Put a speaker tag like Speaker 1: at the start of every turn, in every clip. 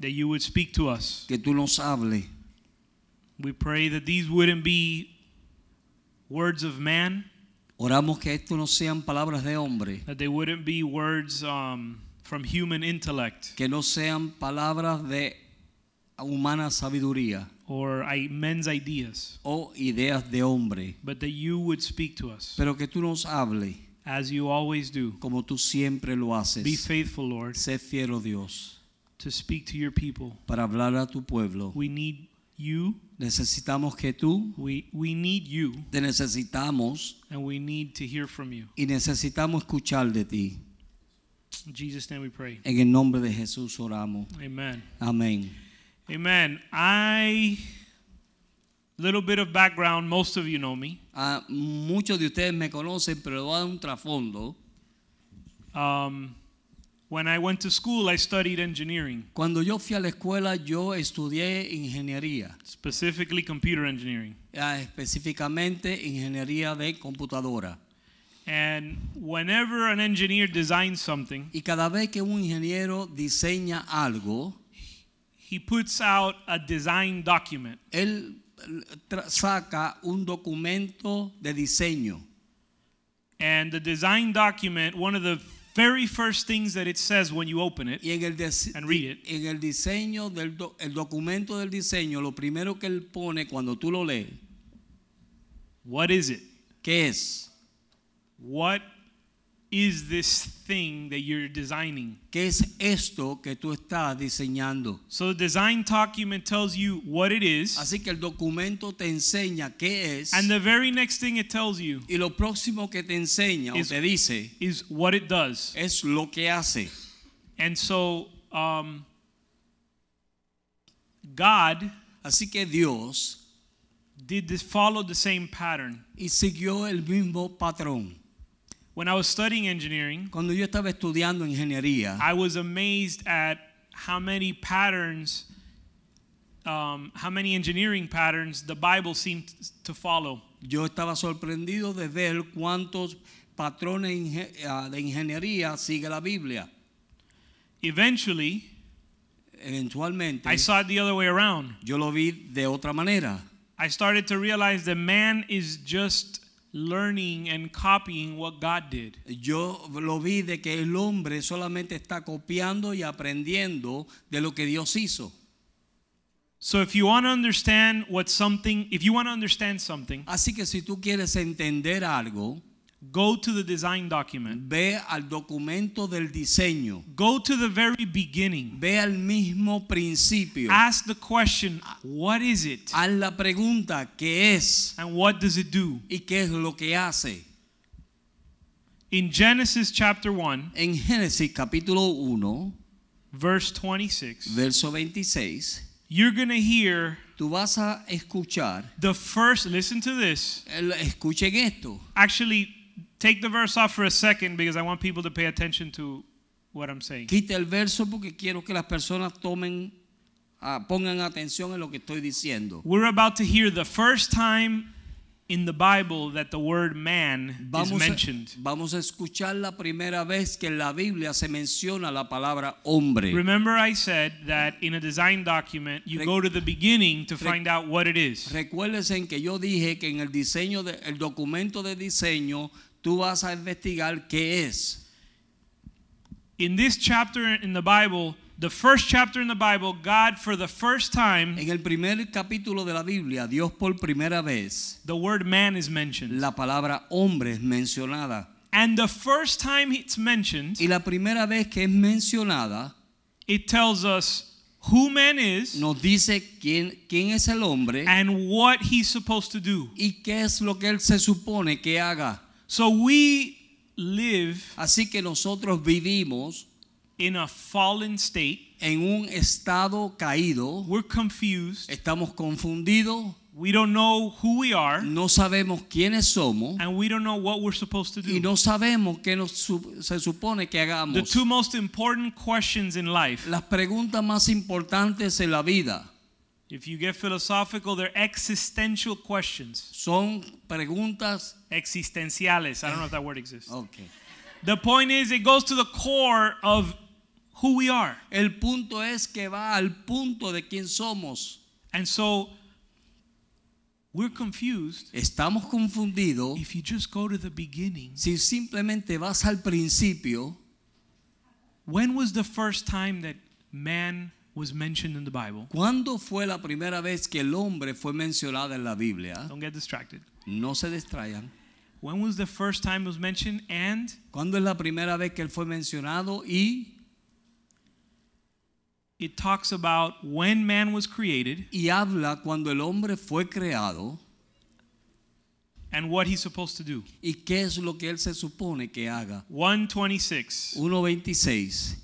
Speaker 1: that you would speak to us.
Speaker 2: que tú nos hables.
Speaker 1: We pray that these wouldn't be words of man,
Speaker 2: Oramos que esto no sean palabras de hombre,
Speaker 1: that they wouldn't be words um, from human intellect
Speaker 2: que no sean palabras de humana sabiduría
Speaker 1: or I, men's ideas,
Speaker 2: o ideas de hombre,
Speaker 1: but that you would speak to us
Speaker 2: pero que tú nos hables
Speaker 1: as you always do.
Speaker 2: como tú siempre lo
Speaker 1: Be
Speaker 2: haces.
Speaker 1: faithful, Lord,
Speaker 2: Sé fiel, oh Dios,
Speaker 1: to speak to your people.
Speaker 2: para hablar a tu pueblo.
Speaker 1: We need you.
Speaker 2: Necesitamos que tú,
Speaker 1: We, we need you,
Speaker 2: te necesitamos
Speaker 1: and we need to hear from you.
Speaker 2: y necesitamos escuchar de ti.
Speaker 1: In Jesus' name we pray.
Speaker 2: En el nombre de Jesús oramos.
Speaker 1: Amen.
Speaker 2: Amén.
Speaker 1: Amen. I little bit of background. Most of you know me.
Speaker 2: Ah, muchos de ustedes me conocen, pero le voy a dar un trasfondo.
Speaker 1: Um, when I went to school, I studied engineering,
Speaker 2: Cuando yo fui a la escuela, yo estudié ingeniería,
Speaker 1: specifically computer engineering.
Speaker 2: ah, específicamente ingeniería de computadora.
Speaker 1: And whenever an engineer designs something,
Speaker 2: Y cada vez que un ingeniero diseña algo,
Speaker 1: he puts out a design document.
Speaker 2: él tra- saca un documento de diseño.
Speaker 1: And the design document, one of the very first things that it says when you open it,
Speaker 2: Y en el, dise-
Speaker 1: And read it.
Speaker 2: en el diseño del do- el documento del diseño, lo primero que él pone cuando tú lo lees,
Speaker 1: what is it?
Speaker 2: ¿qué es?
Speaker 1: What is this thing that you're designing?
Speaker 2: ¿Qué es esto que tú estás diseñando?
Speaker 1: So the design document tells you what it is,
Speaker 2: Así que el documento te enseña qué es.
Speaker 1: and the very next thing it tells you
Speaker 2: Y lo próximo que te enseña o
Speaker 1: Is-
Speaker 2: te dice
Speaker 1: is what it does.
Speaker 2: es lo que hace.
Speaker 1: And so um, God
Speaker 2: Así que Dios
Speaker 1: did this, follow the same pattern.
Speaker 2: y siguió el mismo patrón.
Speaker 1: When I was studying engineering,
Speaker 2: Cuando yo estaba estudiando ingeniería,
Speaker 1: I was amazed at how many patterns, um, how many engineering patterns the Bible seemed to follow.
Speaker 2: yo estaba sorprendido de ver cuántos patrones inge- ah, de ingeniería sigue la Biblia.
Speaker 1: Eventually,
Speaker 2: Eventualmente,
Speaker 1: I saw it the other way around.
Speaker 2: yo lo vi de otra manera.
Speaker 1: I started to realize that man is just learning and copying what God did.
Speaker 2: Yo lo vi de que el hombre solamente está copiando y aprendiendo de lo que Dios hizo.
Speaker 1: So if you want to understand what something, if you want to understand something,
Speaker 2: Así que si tú quieres entender algo,
Speaker 1: go to the design document.
Speaker 2: Ve al documento del diseño.
Speaker 1: Go to the very beginning.
Speaker 2: Ve al mismo principio.
Speaker 1: Ask the question, what is it?
Speaker 2: Haz la pregunta, ¿qué es?
Speaker 1: And what does it do?
Speaker 2: ¿Y qué es lo que hace?
Speaker 1: In Genesis chapter 1,
Speaker 2: En Génesis capítulo 1,
Speaker 1: verse 26,
Speaker 2: verso 26,
Speaker 1: you're going to hear
Speaker 2: tú vas a escuchar,
Speaker 1: the first, listen to this.
Speaker 2: el- escuchen esto.
Speaker 1: Actually, take the verse off for a second because I want people to pay attention to what I'm saying.
Speaker 2: Quita el verso porque quiero que las personas tomen, ah, pongan atención en lo que estoy diciendo.
Speaker 1: We're about to hear the first time in the Bible that the word man is
Speaker 2: Vamos a,
Speaker 1: mentioned.
Speaker 2: vamos a escuchar la primera vez que en la Biblia se menciona la palabra hombre.
Speaker 1: Remember, I said that in a design document, you
Speaker 2: Re-
Speaker 1: go to the beginning to find out what it is.
Speaker 2: Recuérdense que yo dije que en el diseño de- el documento de diseño tú vas a investigar qué es.
Speaker 1: In this chapter in the Bible, the first chapter in the Bible, God, for the first time,
Speaker 2: En el primer capítulo de la Biblia, Dios por primera vez,
Speaker 1: the word man is mentioned.
Speaker 2: la palabra hombre es mencionada.
Speaker 1: And the first time it's mentioned,
Speaker 2: Y la primera vez que es mencionada,
Speaker 1: it tells us who man is
Speaker 2: nos dice quién, quién es el hombre
Speaker 1: and what he's supposed to do.
Speaker 2: y qué es lo que él se supone que haga.
Speaker 1: So we live
Speaker 2: Así que nosotros vivimos
Speaker 1: in a fallen state.
Speaker 2: en un estado caído,
Speaker 1: We're confused.
Speaker 2: estamos confundidos,
Speaker 1: We don't know who we are,
Speaker 2: no sabemos quiénes somos
Speaker 1: and we don't know what we're supposed to
Speaker 2: y
Speaker 1: do.
Speaker 2: no sabemos qué nos su- se supone que
Speaker 1: The
Speaker 2: hagamos.
Speaker 1: two most important questions in life,
Speaker 2: Las preguntas más importantes en la vida
Speaker 1: if you get philosophical, they're existential questions.
Speaker 2: son preguntas...
Speaker 1: Existenciales. I don't know if that word exists.
Speaker 2: Ok.
Speaker 1: The point is, it goes to the core of who we are.
Speaker 2: El punto es que va al punto de quién somos.
Speaker 1: And so we're confused
Speaker 2: Estamos confundidos.
Speaker 1: if you just go to the beginning.
Speaker 2: Si simplemente vas al principio,
Speaker 1: When was the first time that man was mentioned in the Bible?
Speaker 2: ¿cuándo fue la primera vez que el hombre fue mencionado en la Biblia?
Speaker 1: Don't get distracted.
Speaker 2: No se distraigan.
Speaker 1: When was the first time it was mentioned and
Speaker 2: ¿Cuándo es la primera vez que él fue mencionado? Y,
Speaker 1: it talks about when man was created
Speaker 2: y habla cuando el hombre fue creado
Speaker 1: and what he's supposed to do.
Speaker 2: y qué es lo que él se supone que haga.
Speaker 1: 126.
Speaker 2: 1.26.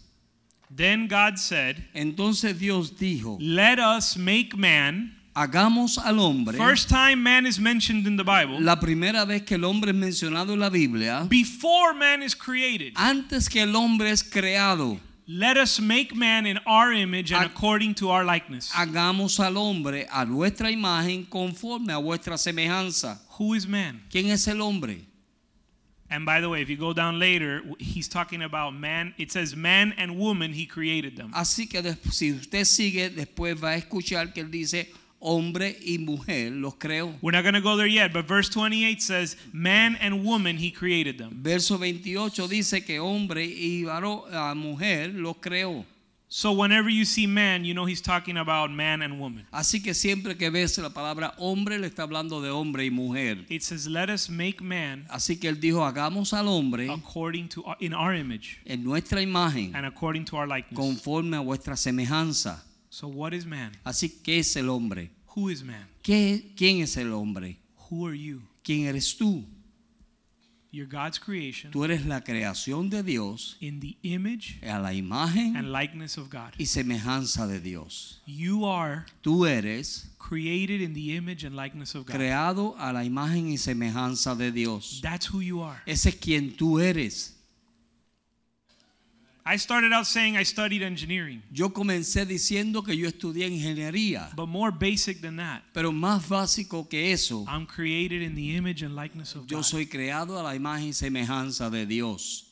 Speaker 1: Then God said,
Speaker 2: Entonces Dios dijo,
Speaker 1: "Let us make man."
Speaker 2: hagamos al hombre.
Speaker 1: First time man is mentioned in the Bible.
Speaker 2: La primera vez que el hombre es mencionado en la Biblia,
Speaker 1: Before man is created,
Speaker 2: antes que el hombre es creado,
Speaker 1: let us make man in our image and
Speaker 2: Ag-
Speaker 1: according to our likeness.
Speaker 2: hagamos al hombre a nuestra imagen conforme a vuestra semejanza.
Speaker 1: Who is man?
Speaker 2: ¿Quién es el hombre?
Speaker 1: And by the way, if you go down later, w- he's talking about man. It says man and woman he created them.
Speaker 2: Así que des- si usted sigue, después va a escuchar que él dice, hombre y mujer los creo.
Speaker 1: We're not going to go there yet, but verse 28 says man and woman he created them.
Speaker 2: Verso 28 dice que hombre y varón, a mujer los creo.
Speaker 1: So whenever you see man, you know he's talking about man and woman.
Speaker 2: Así que siempre que ves la palabra hombre, le está hablando de hombre y mujer.
Speaker 1: It says let us make man
Speaker 2: Así que él dijo, hagamos al hombre
Speaker 1: according to our, in our image
Speaker 2: en nuestra imagen,
Speaker 1: and according to our likeness.
Speaker 2: conforme a vuestra semejanza.
Speaker 1: So what is man?
Speaker 2: Así que es el hombre.
Speaker 1: Who is man?
Speaker 2: ¿Qué- ¿Quién es el hombre?
Speaker 1: Who are you?
Speaker 2: ¿Quién eres tú?
Speaker 1: You're God's creation
Speaker 2: Tú eres la creación de Dios
Speaker 1: in the image
Speaker 2: a la imagen
Speaker 1: and likeness of God.
Speaker 2: y semejanza de Dios.
Speaker 1: You are
Speaker 2: Tú eres
Speaker 1: created in the image and likeness of God.
Speaker 2: creado a la imagen y semejanza de Dios.
Speaker 1: That's who you are.
Speaker 2: Ese es quien tú eres.
Speaker 1: I started out saying I studied engineering,
Speaker 2: Yo comencé diciendo que yo estudié ingeniería,
Speaker 1: but more basic than that,
Speaker 2: pero más básico que eso,
Speaker 1: I'm created in the image and likeness of
Speaker 2: yo
Speaker 1: God.
Speaker 2: soy creado a la imagen y semejanza de Dios.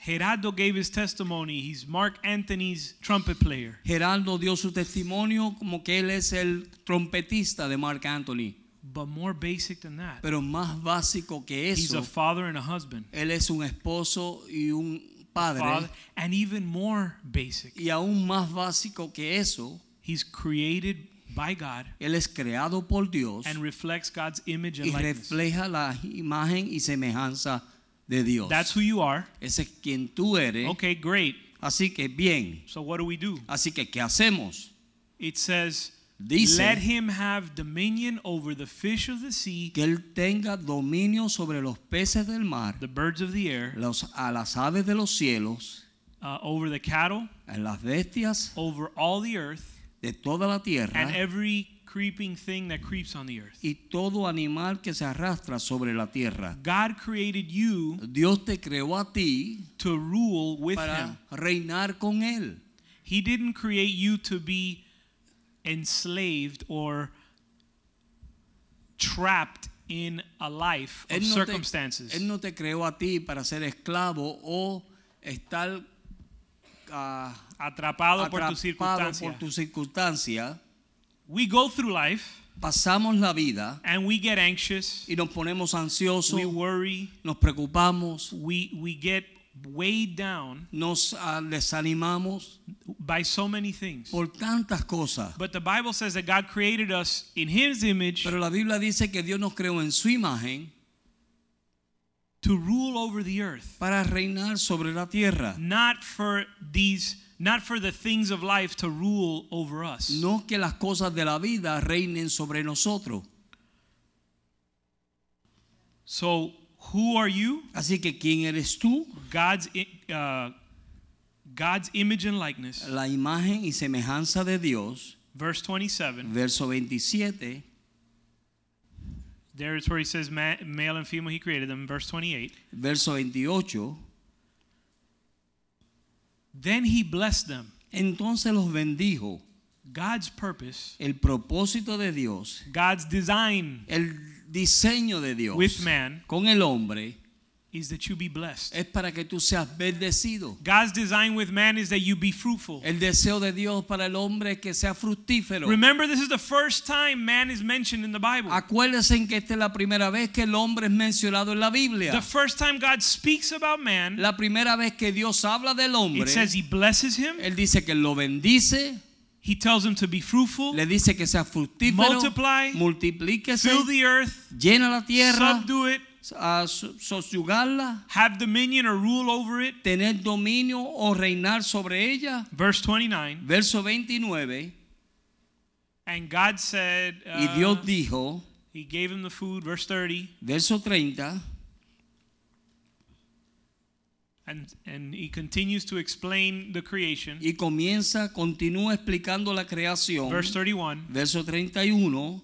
Speaker 1: Gerardo gave his testimony. He's Mark Anthony's trumpet player.
Speaker 2: Gerardo dio su testimonio como que él es el trompetista de Mark Anthony,
Speaker 1: But more basic than that,
Speaker 2: pero más básico que
Speaker 1: he's a
Speaker 2: eso,
Speaker 1: father and a husband.
Speaker 2: él es un esposo y un padre. ¿eh?
Speaker 1: Father, and even more basic,
Speaker 2: Y aún más básico que eso,
Speaker 1: he's created by God
Speaker 2: él es creado por Dios
Speaker 1: and reflects God's image
Speaker 2: y
Speaker 1: and likeness.
Speaker 2: refleja la imagen y semejanza de Dios.
Speaker 1: That's who you are.
Speaker 2: Ese es quien tú eres.
Speaker 1: Okay, great.
Speaker 2: Así que bien.
Speaker 1: So what do we do?
Speaker 2: Así que ¿qué hacemos?
Speaker 1: It says,
Speaker 2: Dice-
Speaker 1: "Let him have dominion over the fish of the sea,
Speaker 2: Que él tenga dominio sobre los peces del mar,
Speaker 1: the birds of the air,
Speaker 2: los, a las aves de los cielos,
Speaker 1: uh, over the cattle,
Speaker 2: a las bestias
Speaker 1: over all the earth,
Speaker 2: de toda la
Speaker 1: and
Speaker 2: tierra
Speaker 1: every creeping thing that creeps on the earth."
Speaker 2: y todo animal que se arrastra sobre la tierra.
Speaker 1: God created you
Speaker 2: Dios te creó a ti
Speaker 1: to rule with him.
Speaker 2: para reinar con él.
Speaker 1: He didn't create you to be enslaved or trapped in a life of
Speaker 2: Él no, te,
Speaker 1: circumstances.
Speaker 2: él no te creó a ti para ser esclavo o estar ah,
Speaker 1: atrapado por tus
Speaker 2: atrapado por
Speaker 1: circunstancias.
Speaker 2: tu circunstancia.
Speaker 1: We go through life
Speaker 2: Pasamos la vida
Speaker 1: and we get anxious,
Speaker 2: y nos ponemos ansiosos,
Speaker 1: we worry,
Speaker 2: nos preocupamos,
Speaker 1: we we get weighed down
Speaker 2: nos ah, desanimamos
Speaker 1: by so many things.
Speaker 2: por tantas cosas.
Speaker 1: But the Bible says that God created us in his image
Speaker 2: Pero la Biblia dice que Dios nos creó en su imagen
Speaker 1: to rule over the earth,
Speaker 2: para reinar sobre la tierra.
Speaker 1: not for these not for the things of life to rule over us.
Speaker 2: No que las cosas de la vida reinen sobre nosotros.
Speaker 1: So who are you?
Speaker 2: Así que, ¿quién eres tú?
Speaker 1: God's i- uh, God's image and likeness.
Speaker 2: la imagen y semejanza de Dios,
Speaker 1: Verse 27.
Speaker 2: verso 27,
Speaker 1: There is where he says ma- male and female he created them. Verse 28.
Speaker 2: verso 28,
Speaker 1: Then he blessed them.
Speaker 2: entonces los bendijo.
Speaker 1: God's purpose,
Speaker 2: El propósito de Dios,
Speaker 1: God's design
Speaker 2: el diseño de Dios
Speaker 1: with man
Speaker 2: con el hombre
Speaker 1: is that you be blessed.
Speaker 2: es para que tú seas bendecido.
Speaker 1: God's design with man is that you be fruitful.
Speaker 2: El deseo de Dios para el hombre es que sea fructífero.
Speaker 1: Remember, this is the first time man is mentioned in the Bible.
Speaker 2: Acuérdense que esta es la primera vez que el hombre es mencionado en la
Speaker 1: The
Speaker 2: Biblia.
Speaker 1: first time God speaks about man,
Speaker 2: La primera vez que Dios habla del hombre,
Speaker 1: it says he blesses him,
Speaker 2: Él dice que lo bendice,
Speaker 1: he tells him to be fruitful,
Speaker 2: le dice que sea fructífero,
Speaker 1: Multiply,
Speaker 2: multiplíquese,
Speaker 1: fill the earth,
Speaker 2: llena la tierra,
Speaker 1: subdue it,
Speaker 2: a su- sosyugarla,
Speaker 1: have dominion or rule over it.
Speaker 2: tener dominio o reinar sobre ella.
Speaker 1: Verse 29.
Speaker 2: Verso 29,
Speaker 1: And God said,
Speaker 2: y
Speaker 1: uh,
Speaker 2: Dios dijo,
Speaker 1: He gave him the food. Verse 30.
Speaker 2: verso 30,
Speaker 1: And, and he continues to explain the creation.
Speaker 2: y comienza, continúa explicando la creación.
Speaker 1: Verse 31.
Speaker 2: Verso 31,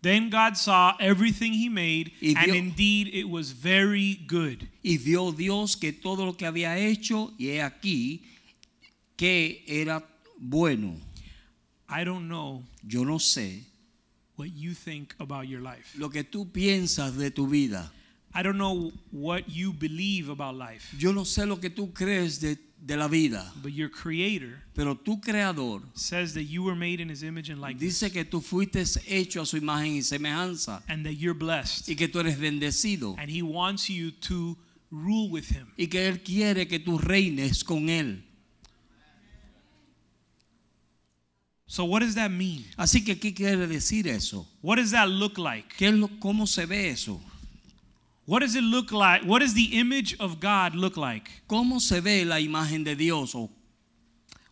Speaker 1: Then God saw everything he made,
Speaker 2: Y
Speaker 1: and
Speaker 2: vio-
Speaker 1: indeed it was very good.
Speaker 2: y vio Dios que todo lo que había hecho, y he aquí, que era bueno.
Speaker 1: I don't know
Speaker 2: Yo no sé
Speaker 1: what you think about your life.
Speaker 2: lo que tú piensas de tu vida.
Speaker 1: I don't know what you believe about life.
Speaker 2: Yo no sé lo que tú crees de, de la vida,
Speaker 1: But your creator
Speaker 2: pero tu creador
Speaker 1: says that you were made in his image and likeness
Speaker 2: dice que tú fuiste hecho a su imagen y semejanza
Speaker 1: and that you're blessed.
Speaker 2: y que tú eres bendecido
Speaker 1: And he wants you to rule with him.
Speaker 2: y que él quiere que tú reines con él.
Speaker 1: So what does that mean?
Speaker 2: Así que ¿qué quiere decir eso?
Speaker 1: What does that look like?
Speaker 2: ¿Qué es lo- cómo se ve eso?
Speaker 1: What does it look like? What does the image of God look like?
Speaker 2: ¿Cómo se ve la imagen de Dios? O-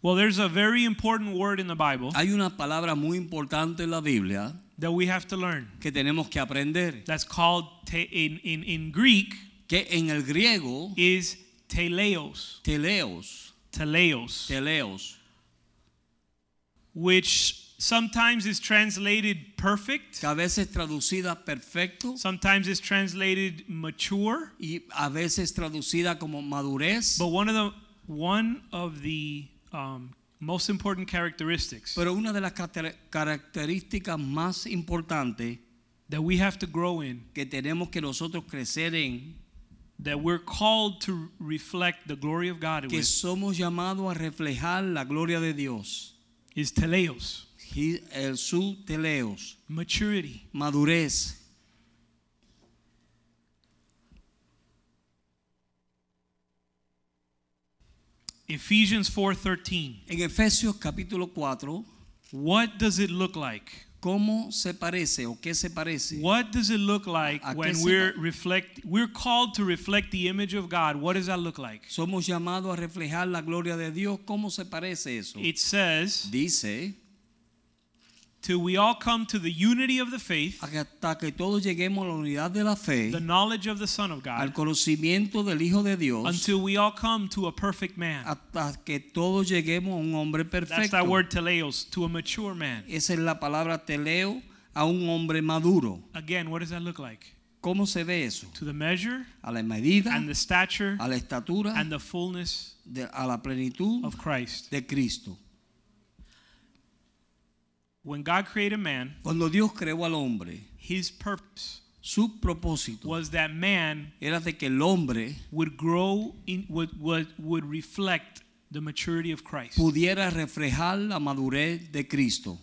Speaker 1: Well, there's a very important word in the Bible
Speaker 2: hay una palabra muy importante en la Biblia
Speaker 1: that we have to learn.
Speaker 2: que tenemos que aprender,
Speaker 1: That's called te, in, in, in Greek
Speaker 2: que en el griego
Speaker 1: is teleos,
Speaker 2: teleos,
Speaker 1: teleos,
Speaker 2: teleos,
Speaker 1: which sometimes is translated perfect,
Speaker 2: que a veces traducida perfecto
Speaker 1: sometimes is translated mature,
Speaker 2: y a veces traducida como madurez.
Speaker 1: but one of the one of the um, most important characteristics
Speaker 2: Pero una de las cate- características más importantes
Speaker 1: that we have to grow in,
Speaker 2: que tenemos que nosotros crecer en,
Speaker 1: that we're called to reflect the glory of God
Speaker 2: que
Speaker 1: with,
Speaker 2: somos llamados a reflejar la gloria de Dios,
Speaker 1: is teleos,
Speaker 2: He- el su teleos,
Speaker 1: maturity.
Speaker 2: madurez.
Speaker 1: Ephesians 4:13.
Speaker 2: En Efesios capítulo 4,
Speaker 1: What does it look like?
Speaker 2: ¿cómo se parece o qué se parece?
Speaker 1: What does it look like
Speaker 2: ¿A qué
Speaker 1: when
Speaker 2: se
Speaker 1: we're
Speaker 2: pa-
Speaker 1: reflect we're called to reflect the image of God? What does that look like?
Speaker 2: Somos llamados a reflejar la gloria de Dios, ¿cómo se parece eso?
Speaker 1: It says,
Speaker 2: Dice,
Speaker 1: till we all come to the unity of the faith,
Speaker 2: hasta que todos lleguemos a la unidad de la fe,
Speaker 1: the knowledge of the Son of
Speaker 2: al
Speaker 1: God,
Speaker 2: conocimiento del Hijo de Dios,
Speaker 1: until we all come to a perfect man.
Speaker 2: hasta que todos lleguemos a un hombre
Speaker 1: That's
Speaker 2: perfecto.
Speaker 1: that word teleos, to a mature man.
Speaker 2: Esa es la palabra teleo a un hombre maduro.
Speaker 1: Again, what does that look like?
Speaker 2: ¿Cómo se ve eso?
Speaker 1: To the measure
Speaker 2: A la medida,
Speaker 1: and the stature
Speaker 2: a la estatura,
Speaker 1: and the fullness
Speaker 2: de- a la plenitud
Speaker 1: of Christ.
Speaker 2: de Cristo.
Speaker 1: When God created man,
Speaker 2: Cuando Dios creó al hombre,
Speaker 1: his purpose
Speaker 2: su propósito
Speaker 1: was that man
Speaker 2: era de que el hombre
Speaker 1: would grow in would would, would reflect the maturity of Christ.
Speaker 2: pudiera reflejar la madurez de Cristo.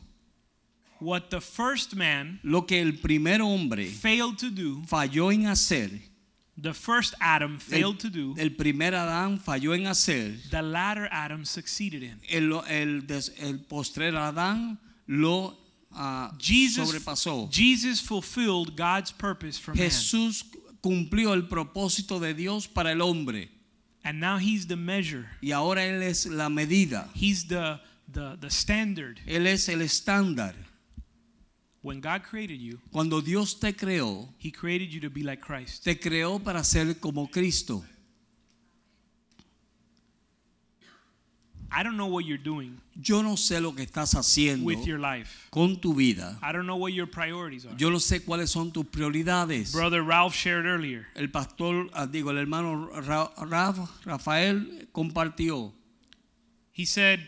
Speaker 1: What the first man
Speaker 2: Lo que el primer hombre
Speaker 1: failed to do,
Speaker 2: falló en hacer,
Speaker 1: the first Adam failed to do,
Speaker 2: el, el primer Adán falló en hacer,
Speaker 1: the latter Adam succeeded in.
Speaker 2: el, el des- el postrer Adán lo ah,
Speaker 1: Jesus
Speaker 2: sobrepasó.
Speaker 1: Jesus fulfilled God's purpose for man.
Speaker 2: Jesús cumplió el propósito de Dios para el hombre
Speaker 1: And now he's the measure.
Speaker 2: y ahora Él es la medida,
Speaker 1: He's the the the standard.
Speaker 2: Él es el estándar.
Speaker 1: When God created you,
Speaker 2: Cuando Dios te creó,
Speaker 1: he created you to be like Christ.
Speaker 2: te creó para ser como Cristo.
Speaker 1: I don't know what you're doing
Speaker 2: Yo no sé lo que estás haciendo
Speaker 1: with your life.
Speaker 2: con tu vida.
Speaker 1: I don't know what your priorities are.
Speaker 2: Yo no sé cuáles son tus prioridades.
Speaker 1: Brother Ralph shared earlier.
Speaker 2: El pastor, ah, digo, el hermano Ra- Ra- Rafael compartió.
Speaker 1: He said,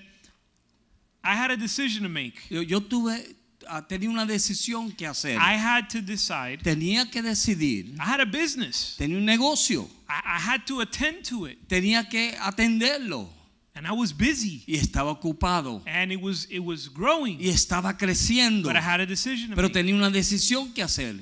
Speaker 1: I had a decision to make.
Speaker 2: Yo, yo tuve, ah, tenía una decisión que hacer.
Speaker 1: I had to decide.
Speaker 2: Tenía que decidir.
Speaker 1: I had a business.
Speaker 2: Tenía un negocio.
Speaker 1: I, I had to attend to it.
Speaker 2: Tenía que atenderlo.
Speaker 1: And I was busy.
Speaker 2: Y estaba ocupado.
Speaker 1: And it was it was
Speaker 2: Y
Speaker 1: growing.
Speaker 2: estaba creciendo.
Speaker 1: But I had a decision to
Speaker 2: Pero
Speaker 1: make.
Speaker 2: tenía una decisión que hacer.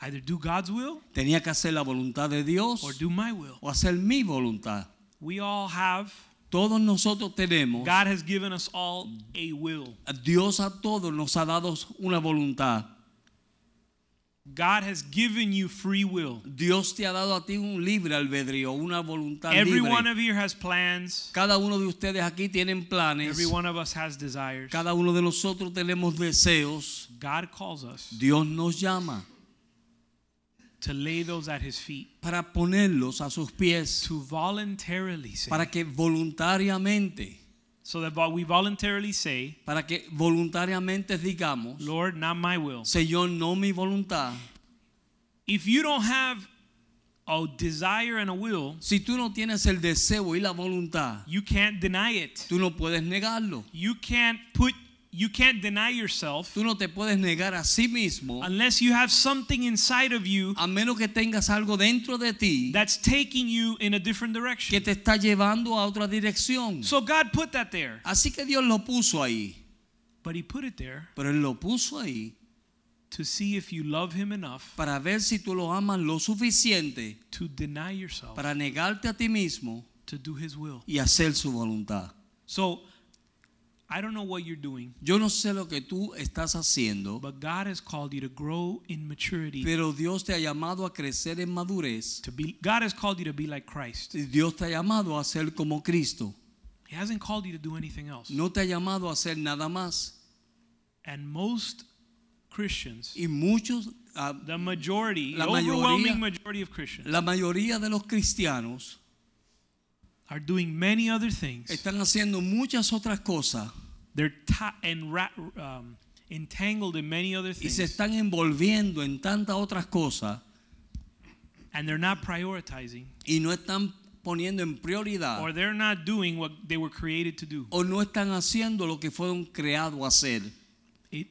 Speaker 1: Either do God's will
Speaker 2: Tenía que hacer la voluntad de Dios
Speaker 1: or do my will.
Speaker 2: o hacer mi voluntad.
Speaker 1: We all have
Speaker 2: Todos nosotros tenemos.
Speaker 1: God has given us all a will.
Speaker 2: Dios a todos nos ha dado una voluntad.
Speaker 1: God has given you free will.
Speaker 2: Dios te ha dado a ti un libre albedrío, una voluntad
Speaker 1: Every
Speaker 2: libre.
Speaker 1: one of you has plans.
Speaker 2: Cada uno de ustedes aquí tienen planes.
Speaker 1: Every one of us has desires.
Speaker 2: Cada uno de nosotros tenemos deseos.
Speaker 1: God calls us
Speaker 2: Dios nos llama
Speaker 1: to lay those at his feet,
Speaker 2: para ponerlos a sus pies,
Speaker 1: to voluntarily say.
Speaker 2: para que voluntariamente,
Speaker 1: So that vo- we voluntarily say,
Speaker 2: para que voluntariamente digamos,
Speaker 1: Lord, not my will.
Speaker 2: Señor, no mi voluntad.
Speaker 1: If you don't have a desire and a will,
Speaker 2: Si tú no tienes el deseo y la voluntad,
Speaker 1: you can't deny it.
Speaker 2: tú no puedes negarlo.
Speaker 1: You can't put you can't deny yourself
Speaker 2: Tú no te puedes negar a sí mismo
Speaker 1: unless you have something inside of you
Speaker 2: a menos que tengas algo dentro de ti
Speaker 1: that's taking you in a different
Speaker 2: que
Speaker 1: direction.
Speaker 2: te está llevando a otra dirección.
Speaker 1: So God put that there.
Speaker 2: Así que Dios lo puso ahí,
Speaker 1: But he put it there
Speaker 2: pero Él lo puso ahí
Speaker 1: to see if you love him enough
Speaker 2: para ver si tú lo amas lo suficiente
Speaker 1: to deny yourself
Speaker 2: para negarte a ti mismo
Speaker 1: to do his will.
Speaker 2: y hacer su voluntad.
Speaker 1: So I don't know what you're doing,
Speaker 2: Yo no sé lo que tú estás haciendo,
Speaker 1: but God has called you to grow in maturity.
Speaker 2: pero Dios te ha llamado a crecer en madurez.
Speaker 1: To be God has called you to be like Christ.
Speaker 2: Dios te ha llamado a ser como Cristo.
Speaker 1: He hasn't called you to do anything else.
Speaker 2: No te ha llamado a hacer nada más.
Speaker 1: And most Christians,
Speaker 2: Y muchos, ah,
Speaker 1: the majority,
Speaker 2: La
Speaker 1: the overwhelming
Speaker 2: mayoría-
Speaker 1: majority of Christians
Speaker 2: la mayoría de los cristianos
Speaker 1: are doing many other things.
Speaker 2: están haciendo muchas otras cosas
Speaker 1: They're ti- and ra- um, entangled in many other
Speaker 2: y se
Speaker 1: things,
Speaker 2: están envolviendo en tantas otras cosas
Speaker 1: and they're not prioritizing,
Speaker 2: y no están poniendo en prioridad
Speaker 1: or they're not doing what they were created to do.
Speaker 2: o no están haciendo lo que fueron creados a hacer.
Speaker 1: It,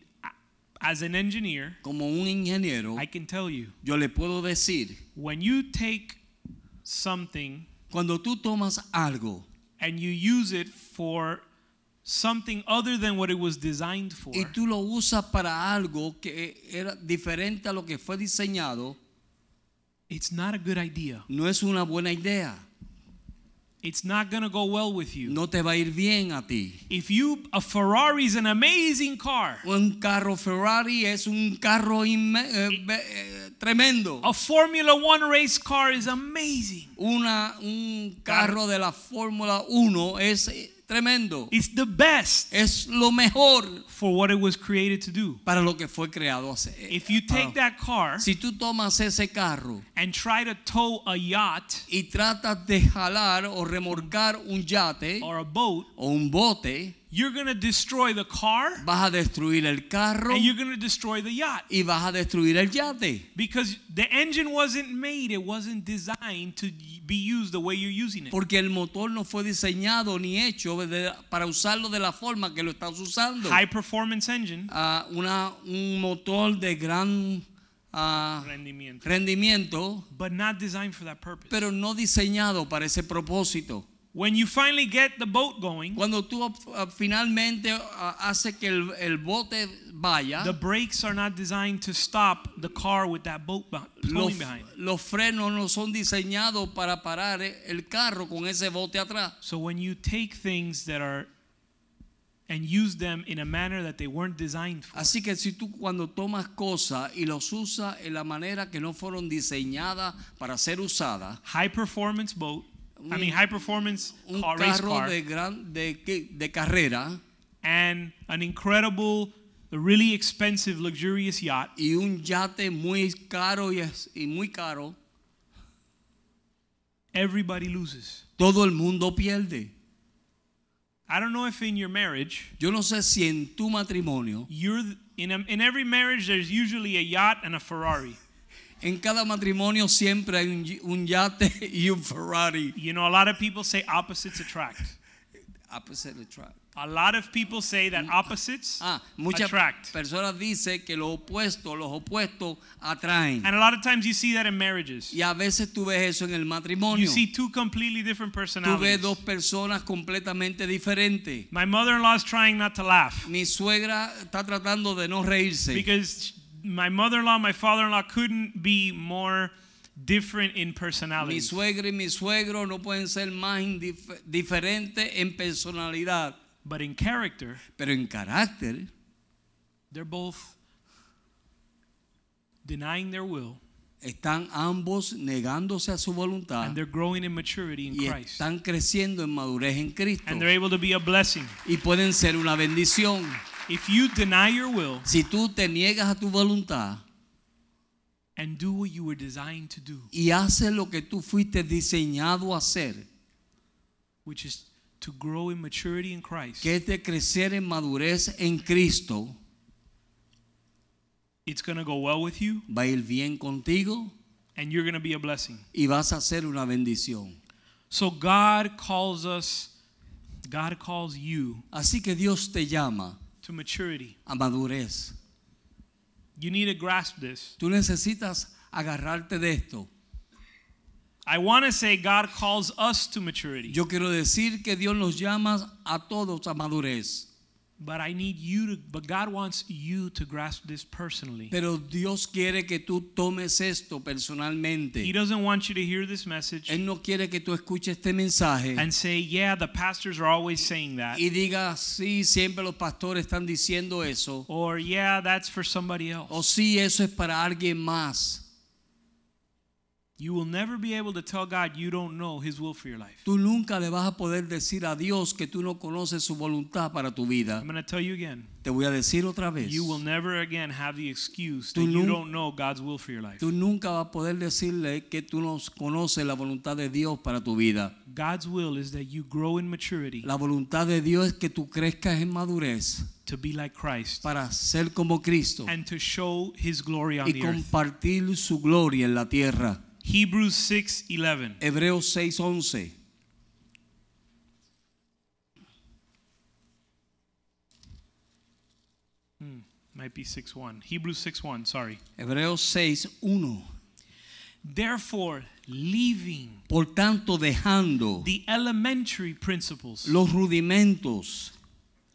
Speaker 1: as an engineer,
Speaker 2: Como un ingeniero,
Speaker 1: I can tell you,
Speaker 2: yo le puedo decir,
Speaker 1: when you take something
Speaker 2: cuando tú tomas algo
Speaker 1: and you use it for something other than what it was designed for,
Speaker 2: y tú lo usas para algo que era diferente a lo que fue diseñado,
Speaker 1: it's not a good idea.
Speaker 2: no es una buena idea.
Speaker 1: It's not going to go well with you.
Speaker 2: No te va a ir bien a ti.
Speaker 1: If you a Ferrari's an amazing car.
Speaker 2: Un carro Ferrari es un carro inme- eh, be- eh, tremendo.
Speaker 1: A Formula 1 race car is amazing.
Speaker 2: una, un carro de la Fórmula 1 es eh, tremendo.
Speaker 1: It's the best
Speaker 2: Es lo mejor
Speaker 1: for what it was created to do.
Speaker 2: para lo que fue creado hace. eh, ah,
Speaker 1: If you
Speaker 2: Oh.
Speaker 1: take that car
Speaker 2: Si tú tomas ese carro
Speaker 1: and try to tow a yacht
Speaker 2: y tratas de jalar o remorcar un yate
Speaker 1: or a boat,
Speaker 2: o un bote,
Speaker 1: you're going to destroy the car
Speaker 2: vas a destruir el carro
Speaker 1: and you're going to destroy the yacht
Speaker 2: y vas a destruir el yate.
Speaker 1: because the engine wasn't made, it wasn't designed to be used the way you're using it.
Speaker 2: Porque el motor no fue diseñado ni hecho de- para usarlo de la forma que lo estás usando.
Speaker 1: High performance engine.
Speaker 2: Ah, una, un motor de gran ah,
Speaker 1: Rendimiento.
Speaker 2: rendimiento
Speaker 1: But not designed for that purpose.
Speaker 2: pero no diseñado para ese propósito.
Speaker 1: When you finally get the boat going,
Speaker 2: Cuando tú ah, finalmente ah, hace que el, el bote vaya,
Speaker 1: The brakes are not designed to stop the car with that boat beh-
Speaker 2: los,
Speaker 1: towing behind. it.
Speaker 2: los frenos no son diseñados para parar eh, el carro con ese bote atrás.
Speaker 1: So when you take things that are and use them in a manner that they weren't designed for,
Speaker 2: Así que si tú cuando tomas cosas y los usas en la manera que no fueron diseñadas para ser usadas,
Speaker 1: high performance boat, I mean high performance
Speaker 2: un
Speaker 1: car, race
Speaker 2: carro
Speaker 1: car,
Speaker 2: de, gran, de, que- de carrera
Speaker 1: and an incredible, really expensive, luxurious yacht,
Speaker 2: y un yate muy caro y, es- y muy caro,
Speaker 1: everybody loses.
Speaker 2: Todo el mundo pierde.
Speaker 1: I don't know if in your marriage,
Speaker 2: Yo no sé si en tu matrimonio,
Speaker 1: you're th- in, a, in every marriage there's usually a yacht and a Ferrari.
Speaker 2: en cada matrimonio siempre hay un, y- un yate y un Ferrari.
Speaker 1: You know, a lot of people say opposites attract.
Speaker 2: Opposite attract.
Speaker 1: A lot of people say that opposites
Speaker 2: Ah, muchas
Speaker 1: attract.
Speaker 2: personas dicen que lo opuesto, los opuestos atraen.
Speaker 1: And a lot of times you see that in marriages.
Speaker 2: Y a veces tú ves eso en el
Speaker 1: You
Speaker 2: matrimonio.
Speaker 1: see two completely different
Speaker 2: Tú ves
Speaker 1: personalities.
Speaker 2: dos personas completamente diferentes.
Speaker 1: My mother-in-law is trying not to laugh
Speaker 2: Mi suegra está tratando de no reírse.
Speaker 1: because my mother-in-law, my father-in-law couldn't be more different in
Speaker 2: Mi
Speaker 1: personalities.
Speaker 2: suegra y mi suegro no pueden ser más indif- diferentes en personalidad,
Speaker 1: But in character,
Speaker 2: pero en carácter
Speaker 1: they're both denying their will
Speaker 2: están ambos negándose a su voluntad
Speaker 1: and they're growing in maturity in
Speaker 2: y
Speaker 1: Christ.
Speaker 2: están creciendo en madurez en Cristo
Speaker 1: And they're able to be a blessing.
Speaker 2: y pueden ser una bendición.
Speaker 1: If you deny your will
Speaker 2: Si tú te niegas a tu voluntad
Speaker 1: and do what you were designed to do,
Speaker 2: y haces lo que tú fuiste diseñado a hacer,
Speaker 1: which is to grow in maturity in Christ,
Speaker 2: que es de crecer en madurez en Cristo,
Speaker 1: it's going to go well with you
Speaker 2: va a ir bien contigo
Speaker 1: and you're going to be a blessing.
Speaker 2: y vas a ser una bendición.
Speaker 1: So God calls us, God calls you
Speaker 2: Así que Dios te llama
Speaker 1: to maturity.
Speaker 2: a madurez.
Speaker 1: You need to grasp this.
Speaker 2: Tú necesitas agarrarte de esto.
Speaker 1: I want to say God calls us to maturity,
Speaker 2: Yo quiero decir que Dios nos llama a todos a madurez,
Speaker 1: but I need you to, but God wants you to grasp this personally.
Speaker 2: pero Dios quiere que tú tomes esto
Speaker 1: He
Speaker 2: personalmente.
Speaker 1: doesn't want you to hear this message
Speaker 2: Él no quiere que tú escuches este mensaje
Speaker 1: and say, yeah, the pastors are always saying that,
Speaker 2: y digas, sí, siempre los pastores están diciendo eso,
Speaker 1: or yeah, that's for somebody
Speaker 2: o
Speaker 1: else.
Speaker 2: sí, eso es para alguien más.
Speaker 1: You will never be able to tell God you don't know His will for your life.
Speaker 2: Tú nunca le vas a poder decir a Dios que tú no conoces su voluntad para tu vida.
Speaker 1: I'm going to tell you again.
Speaker 2: Te voy a decir otra vez.
Speaker 1: You will never again have the excuse that
Speaker 2: Tú
Speaker 1: you
Speaker 2: nun-
Speaker 1: don't know God's will for your life.
Speaker 2: Tú nunca vas a poder decirle que tú no conoces la voluntad de Dios para tu vida.
Speaker 1: God's will is that you grow in maturity
Speaker 2: La voluntad de Dios es que tú crezcas en madurez
Speaker 1: to be like Christ
Speaker 2: para ser como Cristo
Speaker 1: and to show his glory on
Speaker 2: y
Speaker 1: the earth.
Speaker 2: compartir su gloria en la tierra.
Speaker 1: Hebrews 6:11.
Speaker 2: Hebreos 6:11.
Speaker 1: Might be 6:1. Hebrews 6:1, sorry.
Speaker 2: Hebreos 6:1.
Speaker 1: Therefore, leaving
Speaker 2: Por tanto, dejando
Speaker 1: the elementary principles,
Speaker 2: los rudimentos,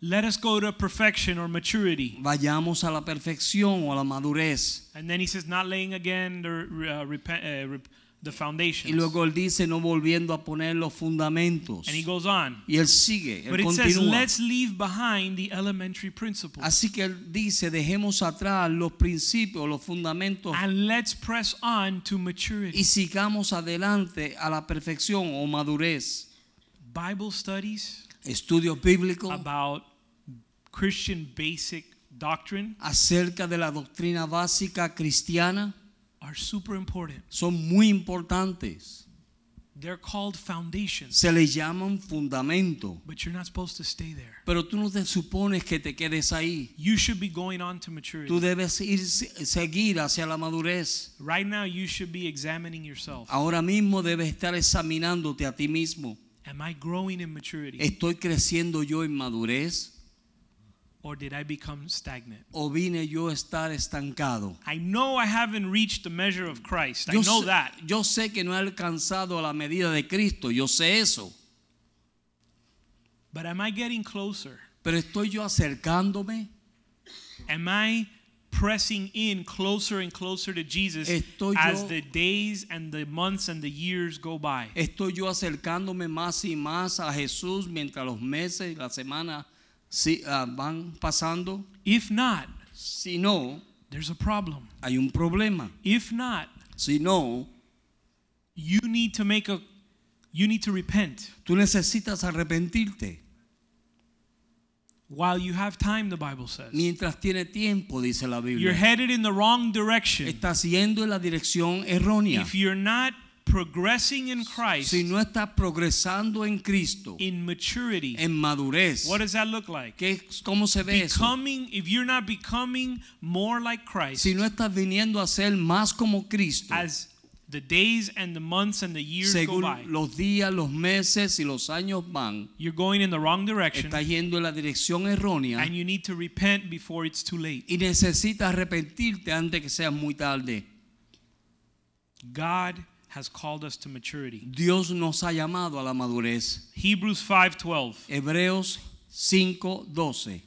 Speaker 1: let us go to perfection or maturity.
Speaker 2: vayamos a la perfección o a la madurez.
Speaker 1: And then he says not laying again the uh, repent, uh, rep- the
Speaker 2: Y
Speaker 1: foundations.
Speaker 2: luego él dice no volviendo a poner los fundamentos.
Speaker 1: And he goes on.
Speaker 2: Y él sigue,
Speaker 1: But
Speaker 2: él
Speaker 1: it says
Speaker 2: continúa.
Speaker 1: let's leave behind the elementary principles.
Speaker 2: Así que él dice, dejemos atrás los principios, los fundamentos
Speaker 1: and let's press on to maturity.
Speaker 2: y sigamos adelante a la perfección o madurez.
Speaker 1: Bible studies
Speaker 2: Estudios bíblicos
Speaker 1: about Christian basic doctrine
Speaker 2: acerca de la doctrina básica cristiana
Speaker 1: are super important.
Speaker 2: son muy importantes.
Speaker 1: They're called foundations,
Speaker 2: Se les llaman fundamento,
Speaker 1: but you're not supposed to stay there.
Speaker 2: pero tú no te supones que te quedes ahí.
Speaker 1: You should be going on to
Speaker 2: Tú
Speaker 1: maturity.
Speaker 2: debes ir seguir hacia la madurez.
Speaker 1: Right now, you should be examining yourself.
Speaker 2: Ahora mismo debes estar examinándote a ti mismo.
Speaker 1: Am I growing in maturity
Speaker 2: ¿Estoy creciendo yo en madurez
Speaker 1: or did I become stagnant?
Speaker 2: o vine yo a estar estancado?
Speaker 1: I know I haven't reached the measure of Christ. I
Speaker 2: Yo
Speaker 1: know
Speaker 2: sé,
Speaker 1: that.
Speaker 2: yo sé que no he alcanzado a la medida de Cristo, yo sé eso,
Speaker 1: But am I getting closer?
Speaker 2: pero estoy yo acercándome,
Speaker 1: Am I pressing in closer and closer to Jesus
Speaker 2: Estoy
Speaker 1: as
Speaker 2: yo-
Speaker 1: the days and the months and the years go by?
Speaker 2: estoy yo acercándome más y más a Jesús mientras los meses y las semanas sí, ah, van pasando.
Speaker 1: If not,
Speaker 2: Si no,
Speaker 1: there's a problem.
Speaker 2: hay un problema.
Speaker 1: If not,
Speaker 2: Si no,
Speaker 1: you need to make a you need to repent
Speaker 2: tú necesitas arrepentirte
Speaker 1: while you have time the Bible says.
Speaker 2: mientras tiene tiempo, dice la
Speaker 1: You're
Speaker 2: Biblia.
Speaker 1: headed in the wrong direction
Speaker 2: Estás yendo en la dirección errónea.
Speaker 1: if you're not progressing in Christ
Speaker 2: si no estás progresando en Cristo,
Speaker 1: in maturity,
Speaker 2: en madurez,
Speaker 1: what does that look like?
Speaker 2: ¿qué- ¿cómo se ve eso?
Speaker 1: Becoming, if you're not becoming more like Christ,
Speaker 2: Si no estás viniendo a ser más como Cristo,
Speaker 1: as the days and the months and the years go
Speaker 2: según
Speaker 1: by,
Speaker 2: los días, los meses y los años van,
Speaker 1: you're going in the wrong direction
Speaker 2: estás yendo en la dirección errónea
Speaker 1: and you need to repent before it's too late.
Speaker 2: y necesitas arrepentirte antes que sea muy tarde.
Speaker 1: God has called us to maturity.
Speaker 2: Dios nos ha llamado a la madurez.
Speaker 1: Hebrews 5:12.
Speaker 2: Hebreos 5:12.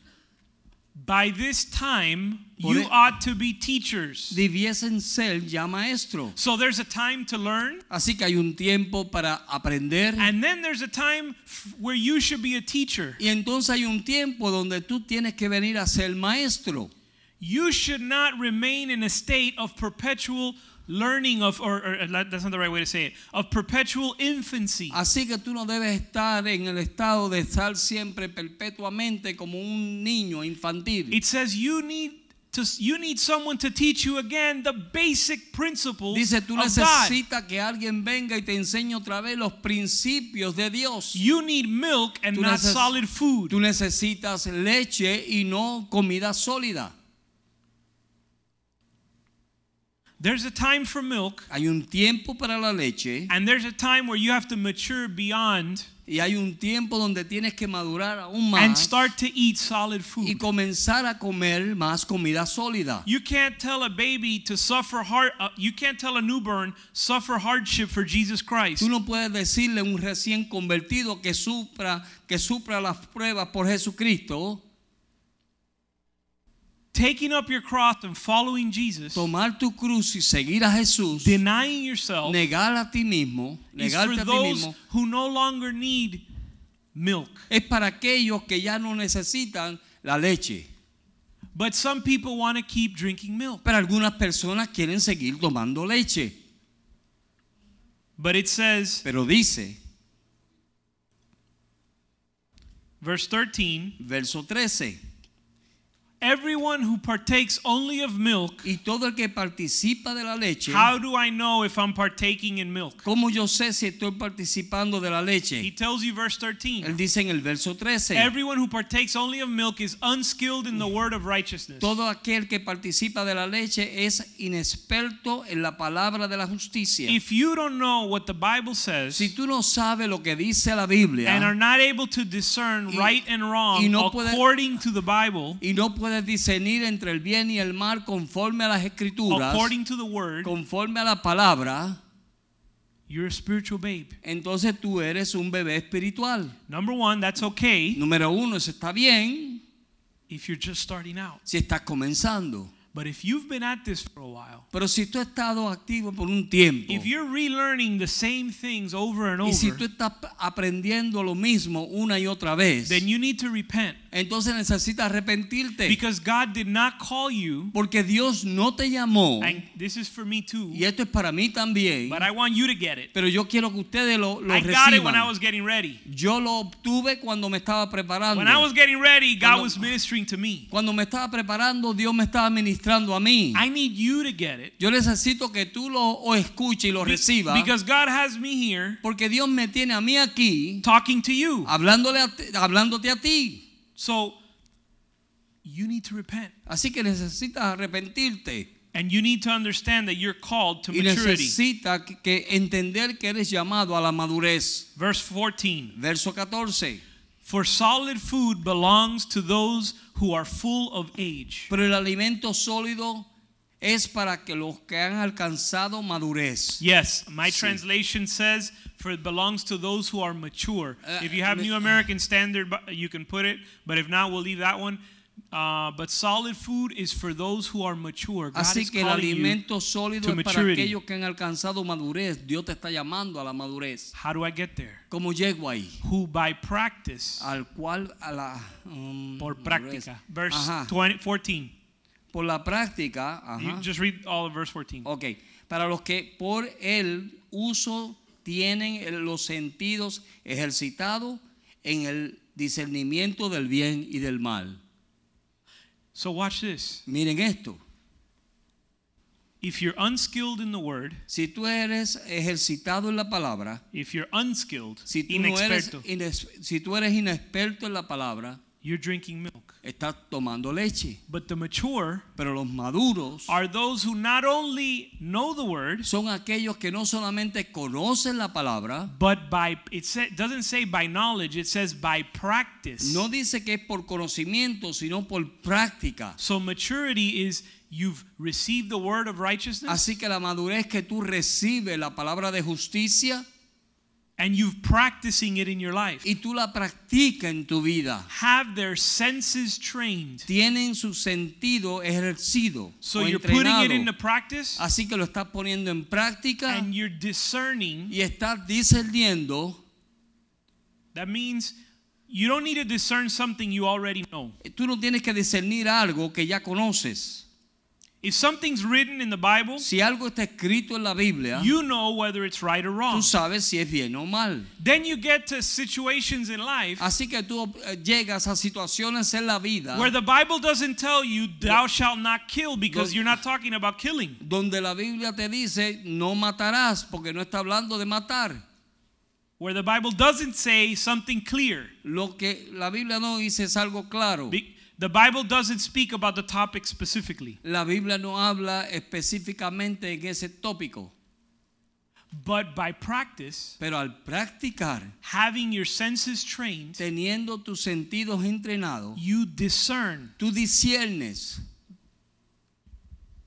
Speaker 1: By this time
Speaker 2: Por
Speaker 1: you
Speaker 2: e-
Speaker 1: ought to be teachers.
Speaker 2: Debiesen ser ya maestros.
Speaker 1: So there's a time to learn
Speaker 2: Así que hay un tiempo para aprender
Speaker 1: and then there's a time f- where you should be a teacher.
Speaker 2: y entonces hay un tiempo donde tú tienes que venir a ser maestro.
Speaker 1: You should not remain in a state of perpetual learning of or, or, uh, that's not the right way to say it of perpetual infancy
Speaker 2: Así que tú no debes estar en el estado de estar siempre perpetuamente como un niño infantil.
Speaker 1: It says you need to you need someone to teach you again the basic principles
Speaker 2: Dice, tú
Speaker 1: of God.
Speaker 2: necesitas que alguien venga y te enseñe otra vez los principios de Dios.
Speaker 1: You need milk and
Speaker 2: Tú
Speaker 1: not
Speaker 2: neces-
Speaker 1: solid food.
Speaker 2: Tú necesitas leche y no comida sólida.
Speaker 1: There's a time for milk
Speaker 2: Hay un tiempo para la leche
Speaker 1: and there's a time where you have to mature beyond
Speaker 2: y hay un tiempo donde tienes que madurar aún
Speaker 1: and
Speaker 2: más
Speaker 1: start to eat solid
Speaker 2: y
Speaker 1: food.
Speaker 2: comenzar a comer más comida sólida.
Speaker 1: You can't tell a baby to suffer hard uh, you can't tell a newborn suffer hardship for Jesus Christ.
Speaker 2: Tú no puedes decirle a un recién convertido que supra, que supra las pruebas por Jesucristo.
Speaker 1: Taking up your cross and following Jesus,
Speaker 2: Tomar tu cruz y seguir a Jesús,
Speaker 1: denying yourself
Speaker 2: negar a ti mismo,
Speaker 1: is for
Speaker 2: negarte a ti
Speaker 1: those
Speaker 2: mismo,
Speaker 1: who no longer need milk.
Speaker 2: es para aquellos que ya no necesitan la leche.
Speaker 1: But some people want to keep drinking milk.
Speaker 2: Pero algunas personas quieren seguir tomando leche.
Speaker 1: But it says,
Speaker 2: Pero dice,
Speaker 1: verse 13,
Speaker 2: verso 13,
Speaker 1: everyone who partakes only of milk,
Speaker 2: y todo el que participa de la leche,
Speaker 1: how do I know if I'm partaking in milk?
Speaker 2: ¿cómo yo sé si estoy participando de la
Speaker 1: He
Speaker 2: leche?
Speaker 1: tells you, verse
Speaker 2: Él
Speaker 1: 13,
Speaker 2: dice en el verso 13,
Speaker 1: everyone who partakes only of milk is unskilled in the word of righteousness.
Speaker 2: Todo aquel que participa de la leche es inexperto en la palabra de la justicia.
Speaker 1: If you don't know what the Bible says
Speaker 2: si tú no sabes lo que dice la
Speaker 1: and are
Speaker 2: Biblia
Speaker 1: not able to discern
Speaker 2: Y-
Speaker 1: right and wrong
Speaker 2: y no puede-
Speaker 1: according to the Bible,
Speaker 2: y no puedes discernir entre el bien y el mal conforme a las escrituras,
Speaker 1: according to the word,
Speaker 2: conforme a la palabra,
Speaker 1: you're a spiritual babe.
Speaker 2: entonces tú eres un bebé espiritual.
Speaker 1: Number one, that's okay
Speaker 2: Número uno, eso está bien
Speaker 1: if you're just starting out.
Speaker 2: si estás comenzando.
Speaker 1: But if you've been at this for a while,
Speaker 2: Pero si tú has estado activo por un tiempo
Speaker 1: if you're relearning the same things over and
Speaker 2: Oh. y si tú
Speaker 1: over,
Speaker 2: estás aprendiendo lo mismo una y otra vez,
Speaker 1: then you need to repent
Speaker 2: entonces necesitas arrepentirte.
Speaker 1: because God did not call you,
Speaker 2: Porque Dios no te llamó,
Speaker 1: and this is for me too,
Speaker 2: y esto es para mí también,
Speaker 1: but I want you to get it.
Speaker 2: pero yo quiero que ustedes lo, lo
Speaker 1: I got it when I
Speaker 2: reciban.
Speaker 1: was getting ready.
Speaker 2: Yo lo obtuve cuando me estaba preparando.
Speaker 1: When I was getting ready, God
Speaker 2: Cuando-
Speaker 1: was ministering to me.
Speaker 2: Cuando me estaba preparando, Dios me estaba ministrando a mí.
Speaker 1: I need you to get it
Speaker 2: Yo necesito que tú lo o escuches y lo
Speaker 1: Be-
Speaker 2: recibas,
Speaker 1: because God has me here
Speaker 2: porque Dios me tiene a mí aquí,
Speaker 1: talking to you.
Speaker 2: Uh, hablándole a ti- hablándote a ti.
Speaker 1: So you need to repent
Speaker 2: Así que necesitas arrepentirte
Speaker 1: and you need to understand that you're called to
Speaker 2: y
Speaker 1: maturity.
Speaker 2: necesitas que- que entender que eres llamado a la madurez.
Speaker 1: Verse 14.
Speaker 2: Verso 14.
Speaker 1: For solid food belongs to those who are full of age.
Speaker 2: Pero el alimento sólido es para que los que han alcanzado madurez.
Speaker 1: Yes, my translation says, for it belongs to those who are mature.
Speaker 2: Uh,
Speaker 1: if you have
Speaker 2: ma-
Speaker 1: New American Standard, bu- you can put it, but if not, we'll leave that one. Uh, but solid food is for those who are mature. God
Speaker 2: Así
Speaker 1: is
Speaker 2: que el
Speaker 1: calling you.
Speaker 2: alimento sólido
Speaker 1: to
Speaker 2: es para
Speaker 1: maturity.
Speaker 2: aquellos que han alcanzado madurez. Dios te está llamando a la madurez.
Speaker 1: How do I get there?
Speaker 2: ¿Cómo llego ahí?
Speaker 1: Who by practice,
Speaker 2: Al cual a la um,
Speaker 1: por
Speaker 2: madurez.
Speaker 1: práctica. Verse
Speaker 2: Ajá.
Speaker 1: 20, 14.
Speaker 2: por la práctica,
Speaker 1: You
Speaker 2: ajá. Oh.
Speaker 1: just read all of verse 14.
Speaker 2: Ok. para los que por el uso tienen el- los sentidos ejercitados en el discernimiento del bien y del mal.
Speaker 1: So watch this.
Speaker 2: Miren esto.
Speaker 1: If you're unskilled in the word,
Speaker 2: Si tú eres ejercitado en la palabra,
Speaker 1: if you're unskilled,
Speaker 2: si tú, no eres,
Speaker 1: inexperto,
Speaker 2: inex- si tú eres inexperto en la palabra,
Speaker 1: you're drinking milk.
Speaker 2: estás tomando leche.
Speaker 1: But the mature
Speaker 2: Pero los maduros
Speaker 1: are those who not only know the word,
Speaker 2: son aquellos que no solamente conocen la palabra,
Speaker 1: but by it sa- doesn't say by knowledge, it says by practice.
Speaker 2: no dice que es por conocimiento, sino por práctica.
Speaker 1: So maturity is you've received the word of righteousness
Speaker 2: Así que la madurez que tú recibes la palabra de justicia
Speaker 1: and you've practicing it in your life.
Speaker 2: y tú la practicas en tu vida.
Speaker 1: Have their senses trained.
Speaker 2: Tienen su sentido ejercido
Speaker 1: So
Speaker 2: o
Speaker 1: you're putting it
Speaker 2: entrenado.
Speaker 1: into practice
Speaker 2: Así que lo estás poniendo en práctica
Speaker 1: and you're discerning.
Speaker 2: y estás discerniendo.
Speaker 1: That means you don't need to discern something you already know.
Speaker 2: Tú no tienes que discernir algo que ya conoces.
Speaker 1: If something's written in the Bible,
Speaker 2: Si algo está escrito en la Biblia,
Speaker 1: you know whether it's right or wrong.
Speaker 2: tú sabes si es bien o mal.
Speaker 1: Then you get to situations in life
Speaker 2: Así que tú eh, llegas a situaciones en la vida
Speaker 1: where the Bible doesn't tell you thou shalt not kill because
Speaker 2: Well-
Speaker 1: you're not talking about killing.
Speaker 2: donde la Biblia te dice no matarás porque no está hablando de matar.
Speaker 1: Where the Bible doesn't say something clear.
Speaker 2: Lo que la Biblia no dice es algo claro.
Speaker 1: Be- The Bible doesn't speak about the topic specifically.
Speaker 2: La Biblia no habla específicamente en ese tópico,
Speaker 1: But by practice,
Speaker 2: pero al practicar,
Speaker 1: having your senses trained,
Speaker 2: teniendo tus sentidos entrenados,
Speaker 1: you discern
Speaker 2: tú disciernes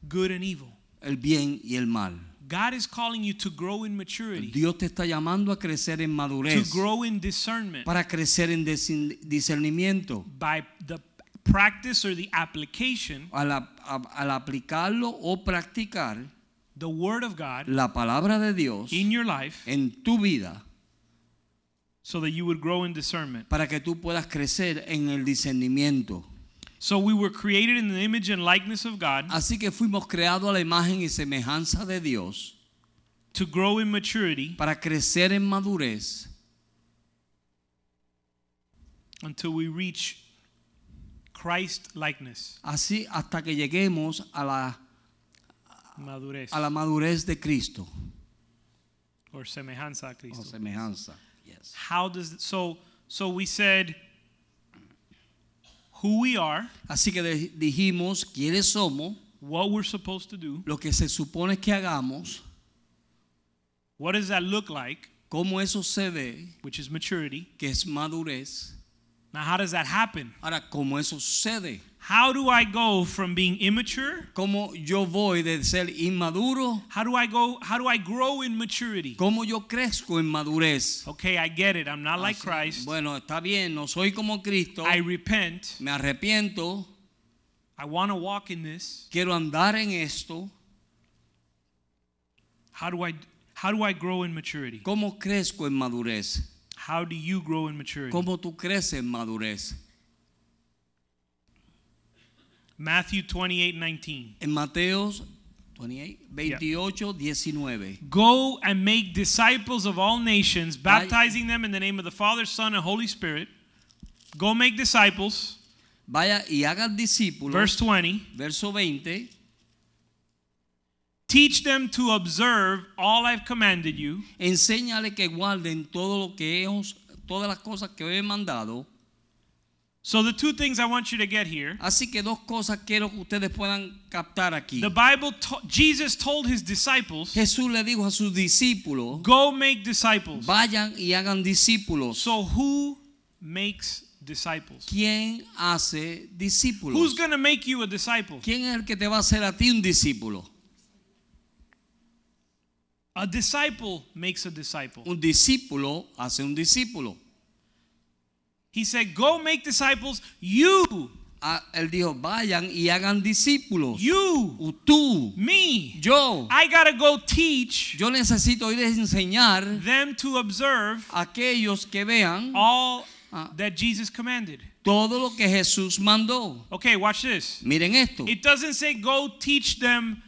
Speaker 1: good and evil.
Speaker 2: el bien y el mal.
Speaker 1: God is calling you to grow in maturity,
Speaker 2: Dios te está llamando a crecer en
Speaker 1: to
Speaker 2: madurez,
Speaker 1: grow in discernment
Speaker 2: para crecer en desin- discernimiento,
Speaker 1: by the practice or the application,
Speaker 2: al, ap- a- al aplicarlo o practicar
Speaker 1: the Word of God
Speaker 2: la palabra de Dios
Speaker 1: in your life
Speaker 2: en tu vida,
Speaker 1: so that you would grow in discernment.
Speaker 2: para que tú puedas crecer en el discernimiento.
Speaker 1: So we were created in the image and likeness of God
Speaker 2: Así que fuimos creados a la imagen y semejanza de Dios
Speaker 1: to grow in maturity
Speaker 2: para crecer en madurez
Speaker 1: until we reach Christ likeness.
Speaker 2: así hasta que lleguemos a la,
Speaker 1: Madurez.
Speaker 2: a la madurez de Cristo
Speaker 1: or semejanza a Cristo.
Speaker 2: o semejanza. Yes.
Speaker 1: How does so so we said who we are,
Speaker 2: Así que de- dijimos quiénes somos,
Speaker 1: what we're supposed to do,
Speaker 2: lo que se supone que hagamos,
Speaker 1: what does that look like,
Speaker 2: cómo eso se ve,
Speaker 1: which is maturity.
Speaker 2: que es madurez.
Speaker 1: Now how does that happen?
Speaker 2: Ahora, cómo eso sucede,
Speaker 1: How do I go from being immature?
Speaker 2: cómo yo voy de ser inmaduro,
Speaker 1: How do I go how do I grow in maturity?
Speaker 2: cómo yo crezco en madurez.
Speaker 1: Okay, I get it. I'm not like
Speaker 2: Así,
Speaker 1: Christ.
Speaker 2: Bueno, está bien, no soy como Cristo.
Speaker 1: I repent.
Speaker 2: Me arrepiento,
Speaker 1: I want to walk in this.
Speaker 2: quiero andar en esto.
Speaker 1: How do I how do I grow in maturity?
Speaker 2: ¿Cómo crezco en madurez?
Speaker 1: How do you grow in maturity?
Speaker 2: ¿Cómo tú creces en madurez?
Speaker 1: Matthew 28:19.
Speaker 2: En Mateos 28, 28, 19.
Speaker 1: Go and make disciples of all nations, baptizing them in the name of the Father, Son, and Holy Spirit. Go make disciples.
Speaker 2: Vaya y hagas discípulos.
Speaker 1: Verse 20.
Speaker 2: verso 20.
Speaker 1: Teach them to observe all I've commanded you,
Speaker 2: Enséñale que guarden todo lo que os- todas las cosas que os he mandado.
Speaker 1: So the two things I want you to get here.
Speaker 2: Así que dos cosas quiero que ustedes puedan captar aquí.
Speaker 1: The Bible to- Jesus told his disciples,
Speaker 2: Jesús le dijo a sus discípulos,
Speaker 1: "Go make disciples."
Speaker 2: vayan y hagan discípulos.
Speaker 1: So who makes disciples?
Speaker 2: ¿Quién hace
Speaker 1: Who's
Speaker 2: discípulos?
Speaker 1: going to make you a disciple?
Speaker 2: ¿Quién es el que te va a hacer a ti un discípulo?
Speaker 1: A disciple makes a disciple.
Speaker 2: Un discípulo hace un discípulo.
Speaker 1: He said, "Go make disciples you,
Speaker 2: Ah, él dijo, vayan y hagan discípulos.
Speaker 1: you,
Speaker 2: U- Tú,
Speaker 1: me."
Speaker 2: yo,
Speaker 1: I gotta go teach
Speaker 2: yo necesito ir a enseñar
Speaker 1: them to observe
Speaker 2: a aquellos que vean
Speaker 1: all
Speaker 2: Ah.
Speaker 1: that Jesus commanded.
Speaker 2: todo lo que Jesús mandó.
Speaker 1: Okay, watch this.
Speaker 2: Miren esto.
Speaker 1: It doesn't say go teach them,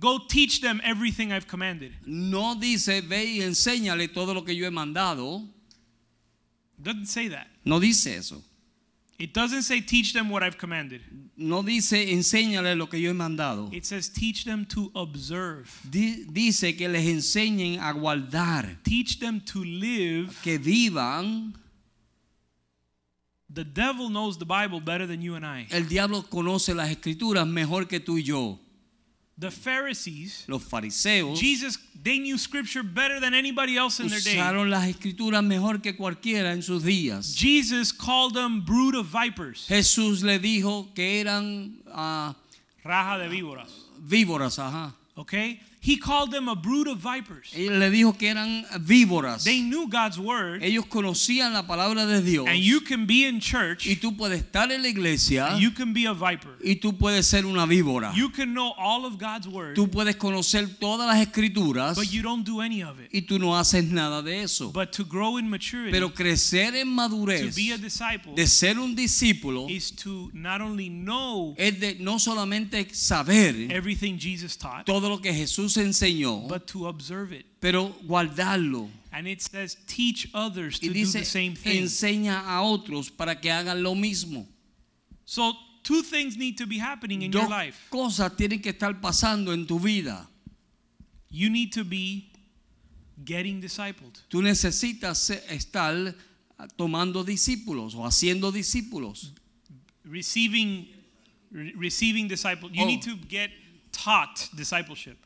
Speaker 1: go teach them everything I've commanded.
Speaker 2: No dice, ve y enséñale todo lo que yo he mandado.
Speaker 1: It doesn't say that.
Speaker 2: No dice eso.
Speaker 1: It doesn't say teach them what I've commanded.
Speaker 2: No dice enséñale lo que yo he mandado.
Speaker 1: It says teach them to observe.
Speaker 2: Di- dice que les enseñen a guardar,
Speaker 1: Teach them to live.
Speaker 2: que vivan.
Speaker 1: The devil knows the Bible better than you and I.
Speaker 2: El diablo conoce las escrituras mejor que tú y yo.
Speaker 1: The Pharisees,
Speaker 2: Los fariseos
Speaker 1: Jesus, they knew scripture better than anybody else in their day.
Speaker 2: usaron las escrituras mejor que cualquiera en sus días.
Speaker 1: Jesus called them brood of vipers.
Speaker 2: Jesús le dijo que eran ah,
Speaker 1: Raja de víboras.
Speaker 2: víboras, ajá.
Speaker 1: Okay? He called them a brood of vipers.
Speaker 2: Él le dijo que eran víboras.
Speaker 1: They knew God's word.
Speaker 2: Ellos conocían la palabra de Dios.
Speaker 1: And you can be in
Speaker 2: Y
Speaker 1: church
Speaker 2: tú puedes estar en la iglesia
Speaker 1: and you can be a viper.
Speaker 2: y tú puedes ser una víbora.
Speaker 1: You can know all of God's word,
Speaker 2: Tú puedes conocer todas las escrituras
Speaker 1: but you don't do any of it.
Speaker 2: y tú no haces nada de eso.
Speaker 1: But to grow in maturity,
Speaker 2: Pero crecer en
Speaker 1: to
Speaker 2: madurez,
Speaker 1: be a disciple,
Speaker 2: de ser un discípulo,
Speaker 1: is to not only know
Speaker 2: es de no solamente saber
Speaker 1: everything Jesus taught,
Speaker 2: todo lo que Jesús enseñó,
Speaker 1: but to observe it.
Speaker 2: pero guardarlo.
Speaker 1: And it says, teach others
Speaker 2: Y
Speaker 1: to do
Speaker 2: dice,
Speaker 1: the same thing.
Speaker 2: enseña a otros para que hagan lo mismo.
Speaker 1: So, two things need to be happening in your
Speaker 2: Dos
Speaker 1: life.
Speaker 2: cosas tienen que estar pasando en tu vida.
Speaker 1: You need to be getting discipled.
Speaker 2: Tú necesitas se- estar tomando discípulos o haciendo discípulos.
Speaker 1: receiving re- receiving disciple you
Speaker 2: Oh.
Speaker 1: need to get taught discipleship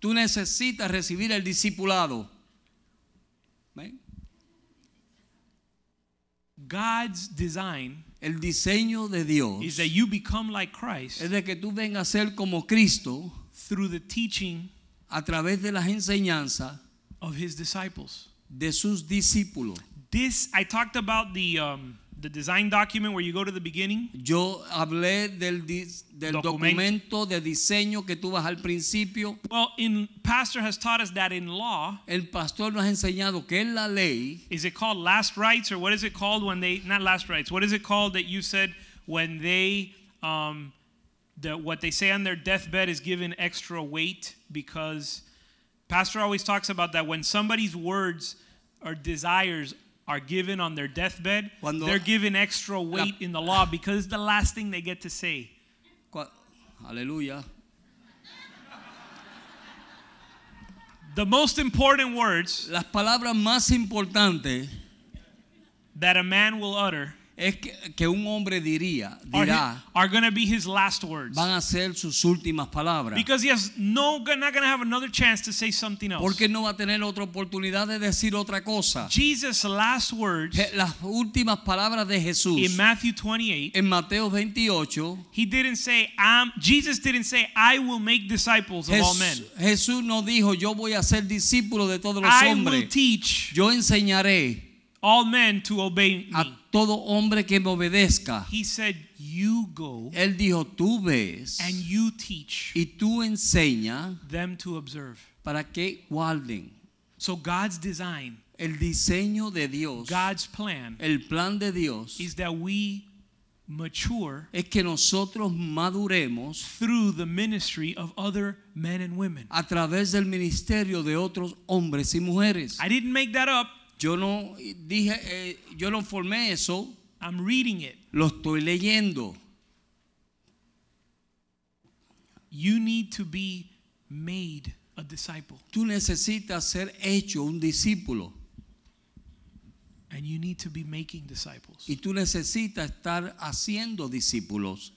Speaker 2: Tú necesitas recibir el discipulado. ¿Ven?
Speaker 1: god's design
Speaker 2: El diseño de Dios
Speaker 1: is that you become like christ
Speaker 2: es de que tú vengas a ser como Cristo
Speaker 1: through the teaching
Speaker 2: a través de las enseñanzas
Speaker 1: of his disciples
Speaker 2: de sus discípulos.
Speaker 1: this i talked about the um, the design document where you go to the beginning
Speaker 2: Yo hablé del, dis- del
Speaker 1: Documento.
Speaker 2: documento de diseño que tú vas al principio.
Speaker 1: well in pastor has taught us that in law
Speaker 2: El pastor nos ha enseñado que es la ley
Speaker 1: is it called last rites or what is it called when they not last rites what is it called that you said when they um, the, what they say on their deathbed is given extra weight because pastor always talks about that when somebody's words or desires are given on their deathbed
Speaker 2: Cuando-
Speaker 1: they're given extra weight in the law because it's the last thing they get to say
Speaker 2: Cua- Aleluya.
Speaker 1: the most important words
Speaker 2: Las palabras más importantes
Speaker 1: that a man will utter
Speaker 2: es que, que un hombre diría,
Speaker 1: are,
Speaker 2: dirá,
Speaker 1: going to be his last words
Speaker 2: van a ser sus últimas palabras.
Speaker 1: because he has no not going to have another chance to say something else
Speaker 2: Porque no va a tener otra oportunidad de decir otra cosa.
Speaker 1: Jesus' last words
Speaker 2: Je- Las últimas palabras de Jesús
Speaker 1: in Matthew 28,
Speaker 2: en Mateo 28,
Speaker 1: he didn't say, I'm, Jesus didn't say, I will make disciples of all men.
Speaker 2: Jes- Jesús no dijo, yo voy a ser discípulo de todos los
Speaker 1: I will
Speaker 2: hombres.
Speaker 1: teach
Speaker 2: Yo enseñaré
Speaker 1: all men to obey me.
Speaker 2: a todo hombre que me obedezca.
Speaker 1: He said, You go
Speaker 2: Él dijo, tú ves
Speaker 1: and you teach
Speaker 2: y tú enseña
Speaker 1: them to observe.
Speaker 2: para que guarden
Speaker 1: So God's design,
Speaker 2: el diseño de Dios.
Speaker 1: God's plan
Speaker 2: El plan de Dios
Speaker 1: is that we mature
Speaker 2: es que nosotros maduremos
Speaker 1: through the ministry of other men and women.
Speaker 2: a través del ministerio de otros hombres y mujeres.
Speaker 1: I didn't make that up,
Speaker 2: Yo no dije, eh, yo no formé eso,
Speaker 1: I'm reading it.
Speaker 2: lo estoy leyendo.
Speaker 1: You need to be made a disciple.
Speaker 2: Tú necesitas ser hecho un discípulo
Speaker 1: And you need to be making disciples.
Speaker 2: y tú necesitas estar haciendo discípulos.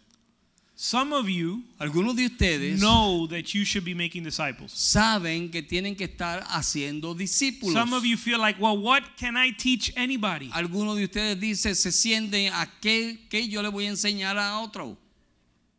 Speaker 1: Some of you
Speaker 2: Algunos de ustedes
Speaker 1: know that you should be making disciples.
Speaker 2: saben que tienen que estar haciendo discípulos.
Speaker 1: Some of you feel like, well, what can I teach anybody?
Speaker 2: Algunos de ustedes dicen, se sienten a qué, qué yo le voy a enseñar a otro.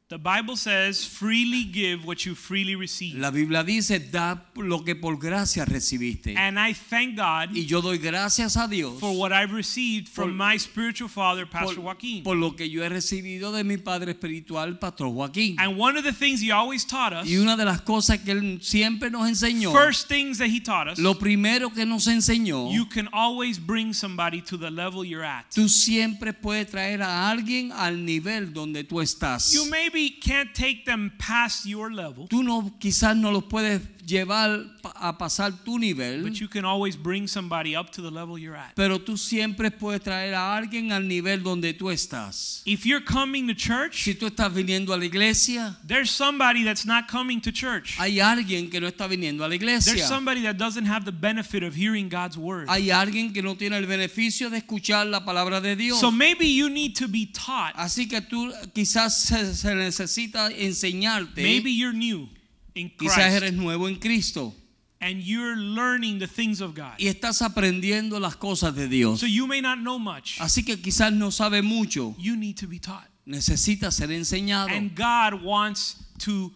Speaker 1: The Bible says, freely give what you freely receive.
Speaker 2: La Biblia dice, da lo que por gracia recibiste.
Speaker 1: And I thank God
Speaker 2: Y yo doy gracias a Dios
Speaker 1: for what I've received
Speaker 2: Por-
Speaker 1: from my spiritual father, Pastor
Speaker 2: por,
Speaker 1: Joaquin.
Speaker 2: por lo que yo he recibido de mi padre espiritual, Pastor Joaquín.
Speaker 1: And one of the things he always taught us,
Speaker 2: Y una de las cosas que él siempre nos enseñó,
Speaker 1: first things that he taught us,
Speaker 2: lo primero que nos enseñó,
Speaker 1: you can always bring somebody to the level you're at.
Speaker 2: tú siempre puedes traer a alguien al nivel donde tú estás.
Speaker 1: You maybe can't take them past your level,
Speaker 2: Tú no, quizás no los puedes llevar pa- a pasar tu nivel,
Speaker 1: but you can always bring somebody up to the level you're at.
Speaker 2: pero tú siempre puedes traer a alguien al nivel donde tú estás.
Speaker 1: If you're coming to church,
Speaker 2: Si tú estás viniendo a la iglesia,
Speaker 1: there's somebody that's not coming to church.
Speaker 2: hay alguien que no está viniendo a la
Speaker 1: There's
Speaker 2: iglesia.
Speaker 1: somebody that doesn't have the benefit of hearing God's word.
Speaker 2: Hay alguien que no tiene el beneficio de escuchar la palabra de Dios.
Speaker 1: So maybe you need to be taught.
Speaker 2: Así que tú quizás se, se necesita enseñarte.
Speaker 1: Maybe you're new in
Speaker 2: quizás
Speaker 1: Christ
Speaker 2: eres nuevo en Cristo
Speaker 1: and you're learning the things of God.
Speaker 2: y estás aprendiendo las cosas de Dios.
Speaker 1: So you may not know much.
Speaker 2: Así que quizás no sabe mucho.
Speaker 1: You need to be taught.
Speaker 2: Necesita ser enseñado.
Speaker 1: And God wants to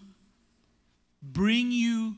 Speaker 1: bring you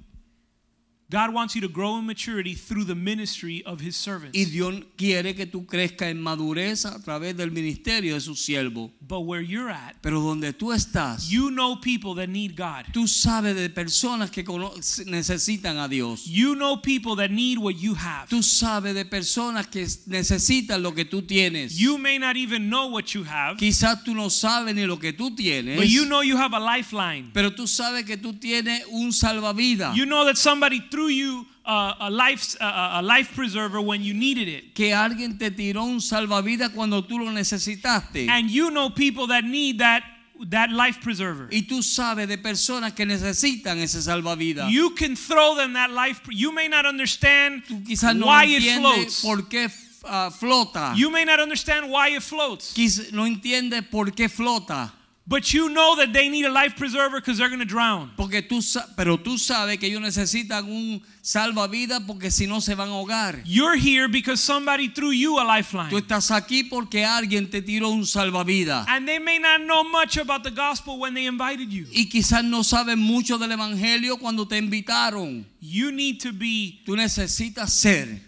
Speaker 1: God wants you to grow in maturity through the ministry of his servants.
Speaker 2: Y Dios quiere que tú crezcas en madurez a través del ministerio de su siervo.
Speaker 1: But where you're at,
Speaker 2: Pero donde tú estás,
Speaker 1: you know people that need God.
Speaker 2: tú sabes de personas que cono- necesitan a Dios.
Speaker 1: You know people that need what you have.
Speaker 2: Tú sabes de personas que necesitan lo que tú tienes.
Speaker 1: You may not even know what you have,
Speaker 2: Quizás tú no sabes ni lo que tú tienes.
Speaker 1: but you know you have a lifeline.
Speaker 2: pero tú sabes que tú tienes un salvavidas.
Speaker 1: You know that somebody threw you uh, a life uh, a life preserver when you needed it.
Speaker 2: que alguien te tiró un salvavidas cuando tú lo necesitaste.
Speaker 1: And you know people that need that that life preserver.
Speaker 2: y tú sabes de personas que necesitan ese salvavidas.
Speaker 1: You can throw them that life. pre- You may not understand
Speaker 2: tú quizás no
Speaker 1: why it
Speaker 2: entiendes
Speaker 1: floats.
Speaker 2: por qué ah, flota.
Speaker 1: You may not understand why it floats,
Speaker 2: Quiz- no entiendes por qué flota.
Speaker 1: but you know that they need a life preserver because they're going to drown.
Speaker 2: Porque tú sa- pero tú sabes que ellos necesitan un salvavidas porque si no se van a ahogar.
Speaker 1: You're here because somebody threw you a
Speaker 2: Tú
Speaker 1: lifeline.
Speaker 2: estás aquí porque alguien te tiró un salvavidas.
Speaker 1: And they may not know much about the gospel when they invited you.
Speaker 2: Y quizás no saben mucho del evangelio cuando te invitaron.
Speaker 1: You need to be,
Speaker 2: Tú necesitas ser.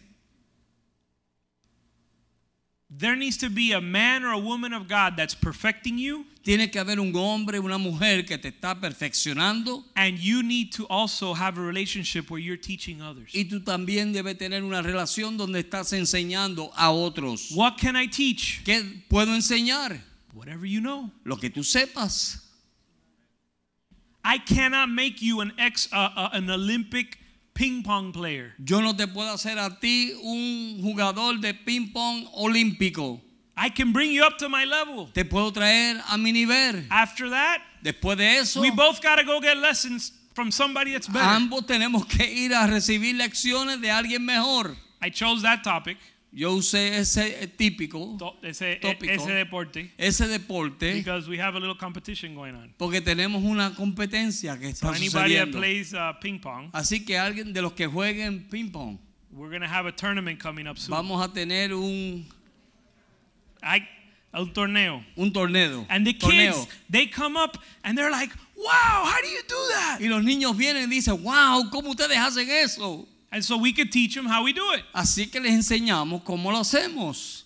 Speaker 1: there needs to be a man or a woman of God that's perfecting you,
Speaker 2: Tiene que haber un hombre, una mujer que te está perfeccionando
Speaker 1: and you need to also have a relationship where you're teaching others.
Speaker 2: y tú también debes tener una relación donde estás enseñando a otros.
Speaker 1: What can I teach?
Speaker 2: ¿Qué puedo enseñar?
Speaker 1: Whatever you know.
Speaker 2: Lo que tú sepas.
Speaker 1: I cannot make you an ex uh, uh, an Olympic ping pong player.
Speaker 2: Yo no te puedo hacer a ti un jugador de ping pong olímpico.
Speaker 1: I can bring you up to my level.
Speaker 2: Te puedo traer a mi nivel.
Speaker 1: After that,
Speaker 2: Después de eso,
Speaker 1: we both got to go get lessons from somebody that's better.
Speaker 2: ambos tenemos que ir a recibir lecciones de alguien mejor.
Speaker 1: I chose that topic,
Speaker 2: Yo usé ese eh, típico,
Speaker 1: to- ese, e,
Speaker 2: Tópico.
Speaker 1: ese deporte,
Speaker 2: ese deporte,
Speaker 1: because we have a little competition going on.
Speaker 2: porque tenemos una competencia que
Speaker 1: So
Speaker 2: está
Speaker 1: anybody that
Speaker 2: sucediendo.
Speaker 1: plays uh, ping pong,
Speaker 2: Así que alguien de los que jueguen ping pong,
Speaker 1: we're gonna have a tournament coming up soon.
Speaker 2: vamos a tener un,
Speaker 1: I, un torneo.
Speaker 2: un torneo.
Speaker 1: And the kids,
Speaker 2: torneo.
Speaker 1: they come up and they're like, "Wow, how do you do that?"
Speaker 2: Y los niños vienen y dicen, wow, ¿cómo ustedes hacen eso?
Speaker 1: And so we could teach them how we do it.
Speaker 2: Así que les enseñamos cómo lo hacemos.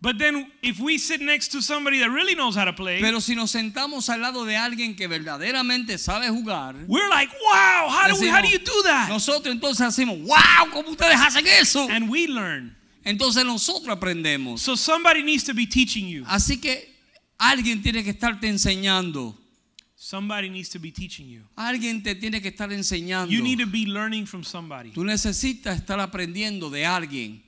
Speaker 1: But then if we sit next to somebody that really knows how to play,
Speaker 2: Pero si nos sentamos al lado de alguien que verdaderamente sabe jugar,
Speaker 1: we're like, wow, how do we how do
Speaker 2: decimos,
Speaker 1: you do that?
Speaker 2: nosotros entonces hacemos, wow, ¿cómo ustedes hacen eso?
Speaker 1: And we learn.
Speaker 2: Entonces nosotros aprendemos.
Speaker 1: So somebody needs to be teaching you.
Speaker 2: Así que alguien tiene que estarte enseñando.
Speaker 1: Somebody needs to be teaching you.
Speaker 2: Alguien te tiene que estar enseñando.
Speaker 1: You need to be learning from somebody.
Speaker 2: Tú necesitas estar aprendiendo de alguien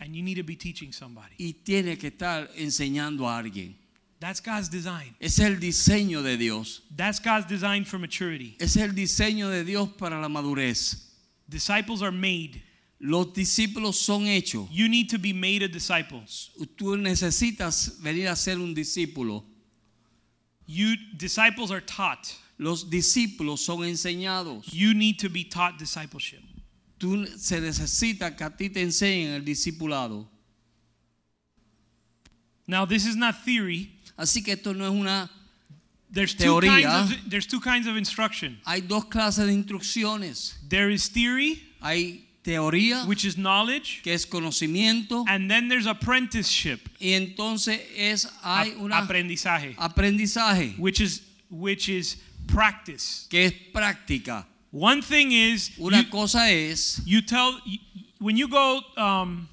Speaker 1: And you need to be teaching somebody.
Speaker 2: y tienes que estar enseñando a alguien.
Speaker 1: That's God's design.
Speaker 2: Ese es el diseño de Dios.
Speaker 1: That's God's design for maturity.
Speaker 2: Ese es el diseño de Dios para la madurez.
Speaker 1: Disciples are made.
Speaker 2: Los discípulos son hechos.
Speaker 1: You need to be made a disciple.
Speaker 2: Tú necesitas venir a ser un discípulo.
Speaker 1: You disciples are taught.
Speaker 2: Los discípulos son enseñados.
Speaker 1: You need to be taught discipleship.
Speaker 2: Tú se necesita que a ti te enseñen el discipulado.
Speaker 1: Now, this is not theory.
Speaker 2: Así que esto no es una
Speaker 1: There's two, kinds
Speaker 2: Teoría.
Speaker 1: of, there's two kinds of instruction.
Speaker 2: Hay dos clases de instrucciones.
Speaker 1: There is theory,
Speaker 2: Hay teoría,
Speaker 1: which is knowledge,
Speaker 2: que es conocimiento,
Speaker 1: and then there's apprenticeship,
Speaker 2: y entonces es hay
Speaker 1: ap-
Speaker 2: un
Speaker 1: aprendizaje,
Speaker 2: aprendizaje,
Speaker 1: which is which is practice.
Speaker 2: que es práctica.
Speaker 1: One thing is
Speaker 2: Una
Speaker 1: you,
Speaker 2: cosa es
Speaker 1: you tell you- when you go um,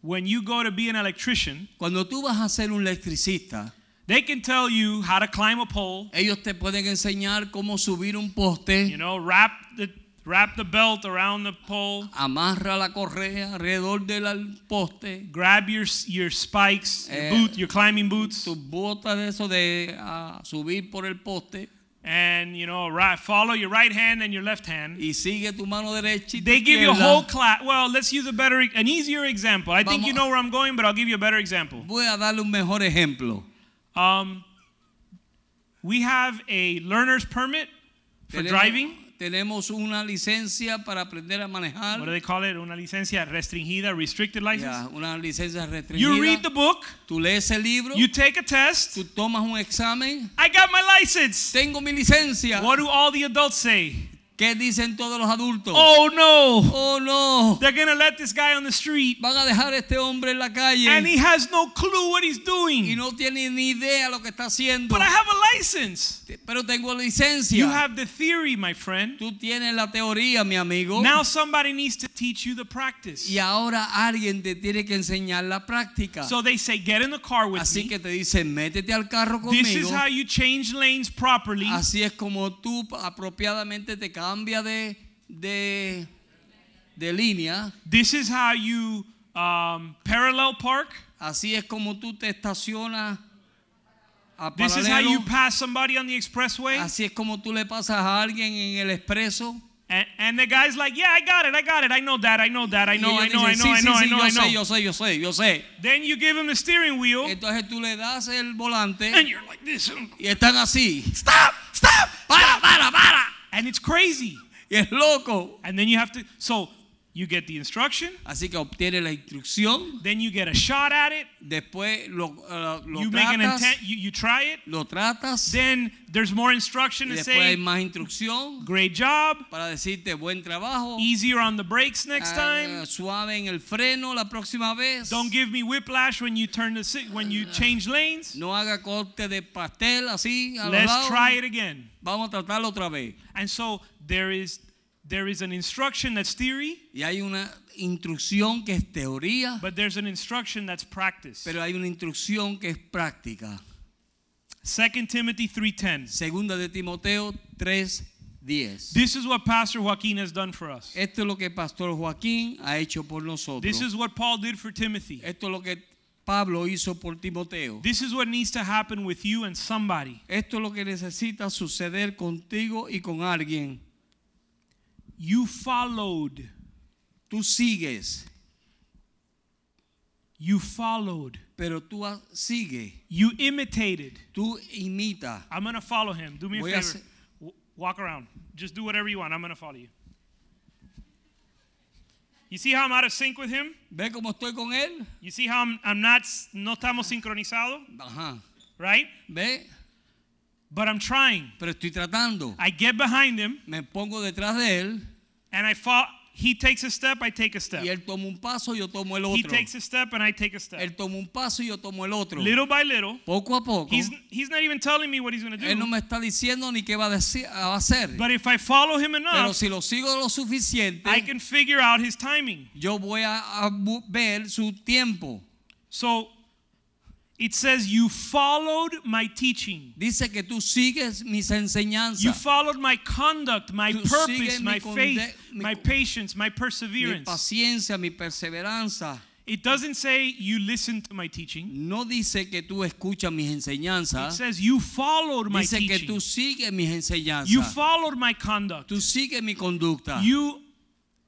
Speaker 1: when you go to be an electrician,
Speaker 2: cuando tú vas a ser un electricista,
Speaker 1: they can tell you how to climb a pole,
Speaker 2: ellos te pueden enseñar cómo subir un
Speaker 1: you
Speaker 2: poste,
Speaker 1: know, wrap the Wrap the belt around the pole.
Speaker 2: amarra la correa alrededor del al- poste,
Speaker 1: Grab your your spikes, your
Speaker 2: Eh,
Speaker 1: boot, your climbing boots,
Speaker 2: tus botas de eso de ah, subir por el poste
Speaker 1: and you know, right, follow your right hand and your left hand.
Speaker 2: y sigue tu mano derecha. y tu
Speaker 1: They give you a
Speaker 2: izquierda.
Speaker 1: whole class. Well, let's use a better, e- an easier example. I think you
Speaker 2: Vamos-
Speaker 1: know where I'm going, but I'll give you a better example.
Speaker 2: Voy a darle un mejor ejemplo.
Speaker 1: Um, we have a learner's permit for
Speaker 2: Tenemos-
Speaker 1: driving.
Speaker 2: Tenemos una licencia para aprender a manejar.
Speaker 1: What do they call it? Una licencia restringida, restricted license.
Speaker 2: Ya, una licencia
Speaker 1: You read
Speaker 2: restringida.
Speaker 1: the book,
Speaker 2: Tú lees el libro,
Speaker 1: you take a test.
Speaker 2: tú tomas un examen.
Speaker 1: I got my license.
Speaker 2: Tengo mi licencia.
Speaker 1: What do all the adults say?
Speaker 2: ¿Qué dicen todos los adultos?
Speaker 1: Oh no,
Speaker 2: Oh, no.
Speaker 1: they're gonna let this guy on the street
Speaker 2: Van a dejar a este hombre en la
Speaker 1: and
Speaker 2: calle
Speaker 1: he has no clue what he's
Speaker 2: y
Speaker 1: doing.
Speaker 2: no tiene ni idea lo que está haciendo.
Speaker 1: But I have a license.
Speaker 2: Pero tengo
Speaker 1: You
Speaker 2: licencia.
Speaker 1: have the theory, my friend.
Speaker 2: Tú tienes la teoría, mi amigo.
Speaker 1: Now somebody needs to teach you the practice.
Speaker 2: Y ahora alguien te tiene que enseñar la práctica.
Speaker 1: So they say, get in the car with
Speaker 2: Así
Speaker 1: me.
Speaker 2: que te dicen, métete al carro
Speaker 1: This is
Speaker 2: conmigo.
Speaker 1: how you change lanes properly.
Speaker 2: Así es como tú apropiadamente te cambia de, de, de línea.
Speaker 1: This is how you um, parallel park.
Speaker 2: Así es como tú te estacionas a
Speaker 1: This is how you
Speaker 2: paralelo.
Speaker 1: pass somebody on the expressway.
Speaker 2: Así es como tú le pasas a alguien en el expreso.
Speaker 1: And, and the guy's like, yeah, I got it, I got it, I know that, I know that, I
Speaker 2: Y
Speaker 1: know,
Speaker 2: ellos
Speaker 1: I know, I
Speaker 2: dicen,
Speaker 1: know, I
Speaker 2: sí,
Speaker 1: know,
Speaker 2: sí,
Speaker 1: I
Speaker 2: sí,
Speaker 1: know, I know.
Speaker 2: yo sé, yo sé, yo sé, yo sé.
Speaker 1: Then you give him the steering wheel,
Speaker 2: Entonces tú le das el volante
Speaker 1: and you're like this, and-
Speaker 2: y están así. ¡Stop! ¡Stop! ¡Para, para, para!
Speaker 1: and it's crazy.
Speaker 2: Y es loco.
Speaker 1: And then you have to, so you get the instruction,
Speaker 2: Así que obtiene la instrucción.
Speaker 1: then you get a shot at it,
Speaker 2: Después lo, eh, lo
Speaker 1: you make an
Speaker 2: tratas.
Speaker 1: intent, you, you try it,
Speaker 2: Lo tratas.
Speaker 1: then there's more instruction
Speaker 2: Y
Speaker 1: to
Speaker 2: después hay
Speaker 1: say,
Speaker 2: más instrucción
Speaker 1: great job,
Speaker 2: para decirte buen trabajo.
Speaker 1: easier on the brakes next
Speaker 2: ah,
Speaker 1: time,
Speaker 2: suave en el freno la próxima vez.
Speaker 1: don't give me whiplash when you turn the, si- when you change lanes,
Speaker 2: Uh, No haga corte de pastel así. A los
Speaker 1: let's
Speaker 2: lados.
Speaker 1: try it again.
Speaker 2: Vamos a tratarlo otra vez.
Speaker 1: And so there is there is an instruction that's theory,
Speaker 2: Y hay una instrucción que es teoría,
Speaker 1: but there's an instruction that's practice.
Speaker 2: pero hay una instrucción que es práctica.
Speaker 1: 2 Timothy 3:10.
Speaker 2: Segunda de Timoteo 3:10.
Speaker 1: This is what Pastor Joaquin has done for us.
Speaker 2: Esto es lo que Pastor Joaquín ha hecho por nosotros.
Speaker 1: This is what Paul did for Timothy.
Speaker 2: Esto es lo que Pablo hizo por Timoteo.
Speaker 1: This is what needs to happen with you and somebody.
Speaker 2: Esto es lo que necesita suceder contigo y con alguien.
Speaker 1: You followed.
Speaker 2: Tú sigues,
Speaker 1: You followed.
Speaker 2: pero tú ha- sigue,
Speaker 1: You imitated.
Speaker 2: tú imita.
Speaker 1: I'm going to follow him. Do me a
Speaker 2: Voy a
Speaker 1: favor.
Speaker 2: hacer-
Speaker 1: W- Walk around. Just do whatever you want. I'm going to follow you. You see how I'm out of sync with him?
Speaker 2: ¿Ve cómo estoy con él?
Speaker 1: You see how I'm, I'm not, s- no estamos sincronizado,
Speaker 2: Ajá.
Speaker 1: right?
Speaker 2: ¿Ve?
Speaker 1: But I'm trying.
Speaker 2: Pero estoy tratando.
Speaker 1: I get behind him
Speaker 2: Me pongo detrás de él
Speaker 1: and I fall. He takes a step, I take a step.
Speaker 2: y él toma un paso, yo tomo el
Speaker 1: He
Speaker 2: otro.
Speaker 1: takes a step and I take a step.
Speaker 2: Él toma un paso y yo tomo el otro.
Speaker 1: Little by little,
Speaker 2: Poco a poco.
Speaker 1: he's, he's not even telling me what he's going to
Speaker 2: Él no
Speaker 1: do.
Speaker 2: me está diciendo ni qué va a, decir, va a hacer.
Speaker 1: But if I follow him
Speaker 2: Pero
Speaker 1: enough,
Speaker 2: si lo sigo lo
Speaker 1: I
Speaker 2: suficiente,
Speaker 1: can figure out his timing.
Speaker 2: yo voy a, a bu- ver su tiempo.
Speaker 1: So it says, You followed my teaching,
Speaker 2: Dice que tú sigues mis
Speaker 1: you
Speaker 2: enseñanzas,
Speaker 1: followed my conduct, my
Speaker 2: Tú
Speaker 1: purpose,
Speaker 2: sigues mi
Speaker 1: my faith,
Speaker 2: conde- mi
Speaker 1: my
Speaker 2: co-
Speaker 1: patience, my
Speaker 2: mi
Speaker 1: perseverance.
Speaker 2: paciencia, mi perseverancia.
Speaker 1: It doesn't say you listened to my teaching.
Speaker 2: No dice que tú escuchas mis
Speaker 1: It
Speaker 2: enseñanzas.
Speaker 1: says you followed my
Speaker 2: Dice que
Speaker 1: teaching.
Speaker 2: tú sigues mis
Speaker 1: You
Speaker 2: enseñanzas.
Speaker 1: followed my conduct.
Speaker 2: Tú sigues mi conducta.
Speaker 1: You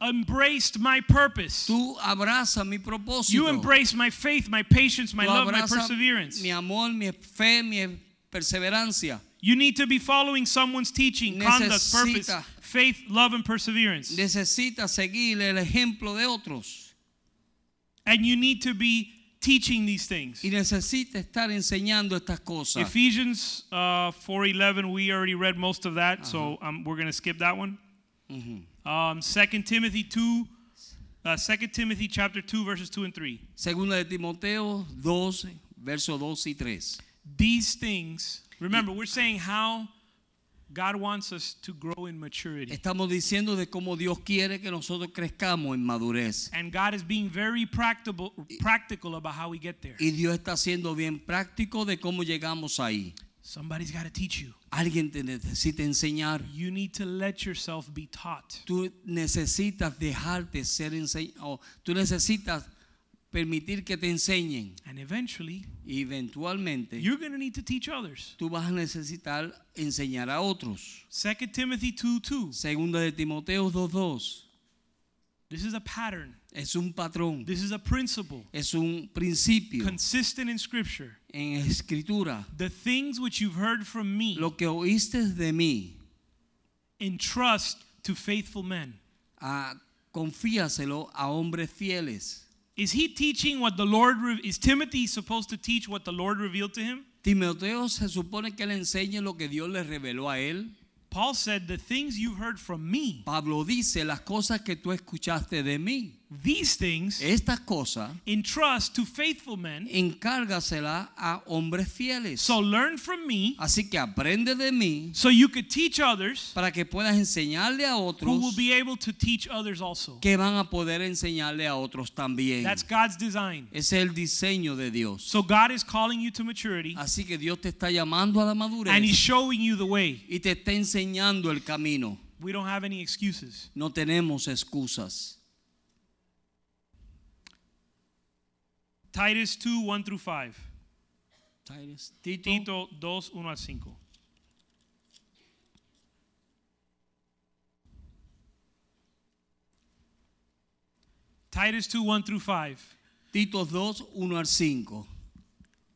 Speaker 1: embraced my purpose.
Speaker 2: Tú abrazas mi
Speaker 1: You
Speaker 2: propósito.
Speaker 1: embraced my faith, my patience, my
Speaker 2: Tú
Speaker 1: love, my
Speaker 2: abrazas
Speaker 1: perseverance.
Speaker 2: mi amor, mi fe, mi perseverancia.
Speaker 1: You need to be following someone's teaching, conduct, purpose,
Speaker 2: Necesita-
Speaker 1: faith, love, and perseverance.
Speaker 2: Necesitas seguir el ejemplo de otros
Speaker 1: And you need to be teaching these things.
Speaker 2: y necesitas estar enseñando estas cosas.
Speaker 1: Ephesians uh, 4.11, we already read most of that, so um, we're going to skip that one. Um, 2 Timothy 2, uh, 2 Timothy chapter 2, verses 2 and 3.
Speaker 2: Segunda de Timoteo 2, versos 2 y 3.
Speaker 1: these things remember we're saying how god wants us to grow in maturity
Speaker 2: Estamos diciendo de cómo Dios quiere que nosotros crezcamos en madurez.
Speaker 1: and god is being very practical practical about how we get there
Speaker 2: Y Dios está siendo bien práctico de cómo llegamos ahí.
Speaker 1: Somebody's got to teach you.
Speaker 2: Alguien te necesita enseñar.
Speaker 1: You need to let yourself be taught.
Speaker 2: Tú necesitas dejarte ser enseñado. Tú necesitas permitir que te enseñen.
Speaker 1: And eventually,
Speaker 2: Y eventualmente
Speaker 1: you're going to need to teach others.
Speaker 2: tú vas a necesitar enseñar a otros.
Speaker 1: 2 Timothy 2 2.
Speaker 2: Segunda de Timoteo 2.2.
Speaker 1: This is a pattern,
Speaker 2: Es un patrón.
Speaker 1: this is a principle
Speaker 2: Es un principio
Speaker 1: consistent in Scripture.
Speaker 2: en escritura.
Speaker 1: The things which you've heard from me,
Speaker 2: Lo que oíste de mí,
Speaker 1: entrust to faithful men.
Speaker 2: ah, confíaselo a hombres fieles.
Speaker 1: Is he teaching what the Lord re- is Timothy supposed to teach what the Lord revealed to him?
Speaker 2: Timoteo se supone que le enseñe lo que Dios le reveló a él.
Speaker 1: Paul said, "The things you heard from me,
Speaker 2: Pablo dice las cosas que tú escuchaste de mí.
Speaker 1: these things
Speaker 2: Estas cosas
Speaker 1: entrust to faithful men."
Speaker 2: encárgaselas a hombres fieles.
Speaker 1: So learn from me
Speaker 2: Así que aprende de mí
Speaker 1: so you could teach others
Speaker 2: para que puedas enseñarle a
Speaker 1: who will
Speaker 2: otros
Speaker 1: be able to teach others also.
Speaker 2: que van a poder enseñarle a otros también.
Speaker 1: That's God's design.
Speaker 2: Ese es el diseño de Dios.
Speaker 1: So God is calling you to maturity
Speaker 2: Así que Dios te está llamando a la
Speaker 1: and he's
Speaker 2: madurez
Speaker 1: showing you the way.
Speaker 2: y te está enseñando el camino.
Speaker 1: We don't have any excuses.
Speaker 2: No tenemos excusas.
Speaker 1: Titus 2 1 through 5.
Speaker 2: Tito,
Speaker 1: Tito 2 1 al 5. Titus 2 1 through 5.
Speaker 2: Tito 2, 1 al 5.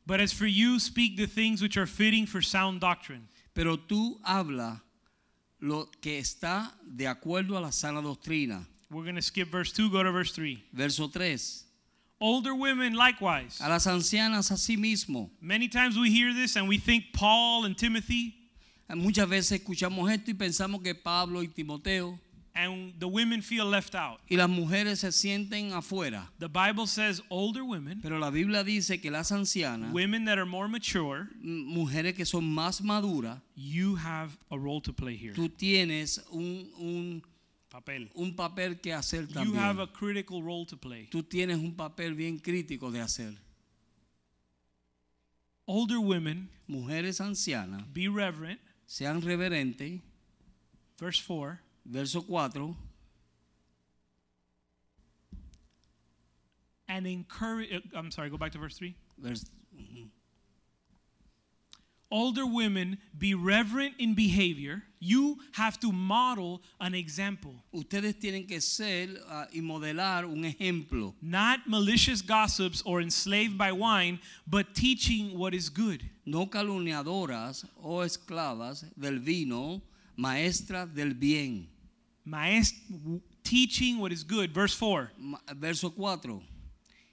Speaker 1: But as for you, speak the things which are fitting for sound doctrine,
Speaker 2: Pero tú habla lo que está de acuerdo a la sana doctrina.
Speaker 1: We're going to skip verse 2, go to verse 3.
Speaker 2: Verso 3.
Speaker 1: Older women likewise.
Speaker 2: A las ancianas asimismo.
Speaker 1: Many times we hear this and we think Paul and Timothy
Speaker 2: Muchas veces escuchamos esto y pensamos que Pablo y Timoteo
Speaker 1: and the women feel left out.
Speaker 2: y las mujeres se sienten afuera.
Speaker 1: The Bible says older women,
Speaker 2: Pero la Biblia dice que las ancianas,
Speaker 1: women that are more mature,
Speaker 2: m- mujeres que son más maduras,
Speaker 1: you have a role to play here.
Speaker 2: tú tienes un, un-
Speaker 1: Papel.
Speaker 2: un papel que hacer
Speaker 1: You have a
Speaker 2: también.
Speaker 1: critical role to play.
Speaker 2: Tú tienes un papel bien crítico de hacer.
Speaker 1: Older women,
Speaker 2: Mujeres ancianas,
Speaker 1: be reverent.
Speaker 2: sean reverentes.
Speaker 1: Verse 4.
Speaker 2: Verso 4.
Speaker 1: And encourage, uh, I'm sorry, go back to verse 3.
Speaker 2: vers-
Speaker 1: Older women, be reverent in behavior. You have to model an example,
Speaker 2: Ustedes tienen que ser ah, y modelar un ejemplo.
Speaker 1: not malicious gossips or enslaved by wine, but teaching what is good.
Speaker 2: no calumniadoras o esclavas del vino, maestras del bien.
Speaker 1: Maest- w- teaching what is good. Verse 4.
Speaker 2: Ma- Verso 4.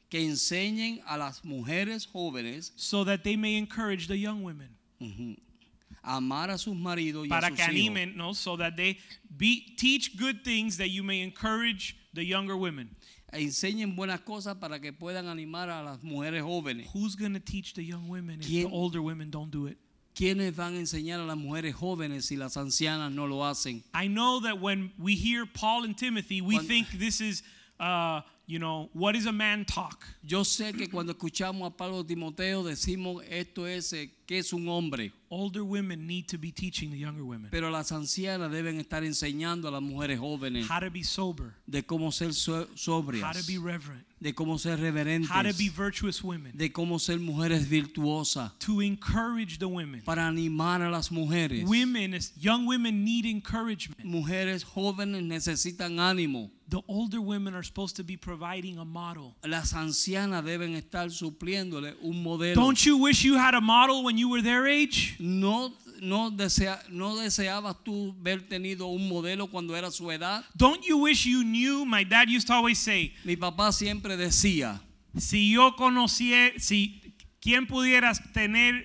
Speaker 2: Que enseñen a las mujeres jóvenes
Speaker 1: So that they may encourage the young women.
Speaker 2: a amar a sus maridos y
Speaker 1: para
Speaker 2: a
Speaker 1: que
Speaker 2: sus hijos.
Speaker 1: animen, no, so that they be, teach good things that you may encourage the younger women.
Speaker 2: E enseñen buenas cosas para que puedan animar a las mujeres jóvenes.
Speaker 1: Who's gonna teach the young women if the
Speaker 2: ¿Quién?
Speaker 1: older women don't do it?
Speaker 2: ¿Quiénes van a enseñar a las mujeres jóvenes si las ancianas no lo hacen?
Speaker 1: I know that when we hear Paul and Timothy, we
Speaker 2: Cuando-
Speaker 1: think this is, uh, you know, what is a man talk?
Speaker 2: Yo sé que cuando escuchamos a Pablo Timoteo decimos esto es eh, que es un hombre,
Speaker 1: Older women need to be teaching the younger women
Speaker 2: pero las ancianas deben estar enseñando a las mujeres jóvenes.
Speaker 1: how to be sober,
Speaker 2: de cómo ser so-
Speaker 1: how
Speaker 2: sobrias,
Speaker 1: to be reverent,
Speaker 2: de cómo ser
Speaker 1: how to be
Speaker 2: reverentes,
Speaker 1: virtuous women,
Speaker 2: de cómo ser mujeres virtuosas,
Speaker 1: to encourage the women.
Speaker 2: para animar a las mujeres.
Speaker 1: Women, is- young women need encouragement.
Speaker 2: Mujeres jóvenes necesitan ánimo.
Speaker 1: The older women are supposed to be providing a model.
Speaker 2: Las ancianas deben estar supliéndole un modelo.
Speaker 1: Don't you wish you had a model when you were their age?
Speaker 2: no, no, desea- no deseabas tú haber tenido un modelo cuando era su edad.
Speaker 1: Don't you wish you knew? My dad used to always say,
Speaker 2: Mi papá siempre decía,
Speaker 1: si yo conociera, si quien pudieras tener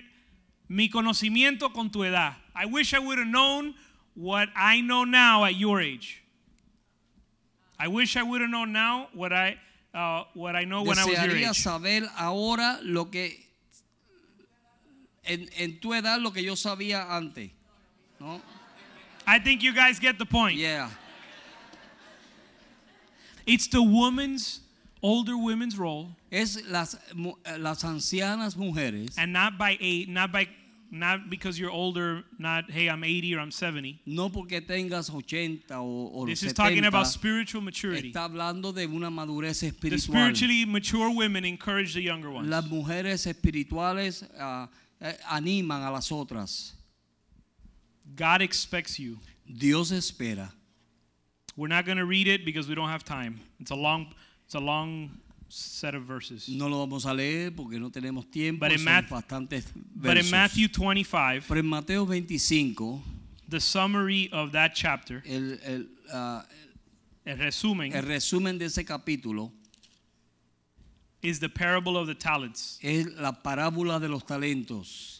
Speaker 1: mi conocimiento con tu edad. I wish I would have known what I know now at your age. I wish I would have known now what I uh, what I know when I was your
Speaker 2: desearía
Speaker 1: age.
Speaker 2: saber ahora lo que en, en tu edad lo que yo sabía antes. ¿No?
Speaker 1: I think you guys get the point.
Speaker 2: Yeah.
Speaker 1: It's the woman's older women's role,
Speaker 2: Es las, mu- eh, las ancianas mujeres
Speaker 1: and not by age, not by not because you're older, not, hey, I'm 80 or I'm 70.
Speaker 2: No porque tengas 80 o, o
Speaker 1: This is
Speaker 2: 70.
Speaker 1: talking about spiritual maturity.
Speaker 2: está hablando de una madurez
Speaker 1: The
Speaker 2: espiritual.
Speaker 1: spiritually mature women encourage the younger ones.
Speaker 2: Las mujeres espirituales ah, eh, animan a las otras.
Speaker 1: God expects you.
Speaker 2: Dios espera.
Speaker 1: We're not going to read it because we don't have time. It's a long, it's a long set of verses.
Speaker 2: No lo vamos a leer porque no tenemos tiempo.
Speaker 1: But in
Speaker 2: Son
Speaker 1: Math-
Speaker 2: bastantes
Speaker 1: But in
Speaker 2: versos.
Speaker 1: Matthew 25,
Speaker 2: Pero en Mateo 25,
Speaker 1: the summary of that chapter,
Speaker 2: el, el, ah,
Speaker 1: el
Speaker 2: el Er
Speaker 1: resumen,
Speaker 2: resumen de ese capítulo
Speaker 1: is the parable of the talents.
Speaker 2: es la parábola de los talentos.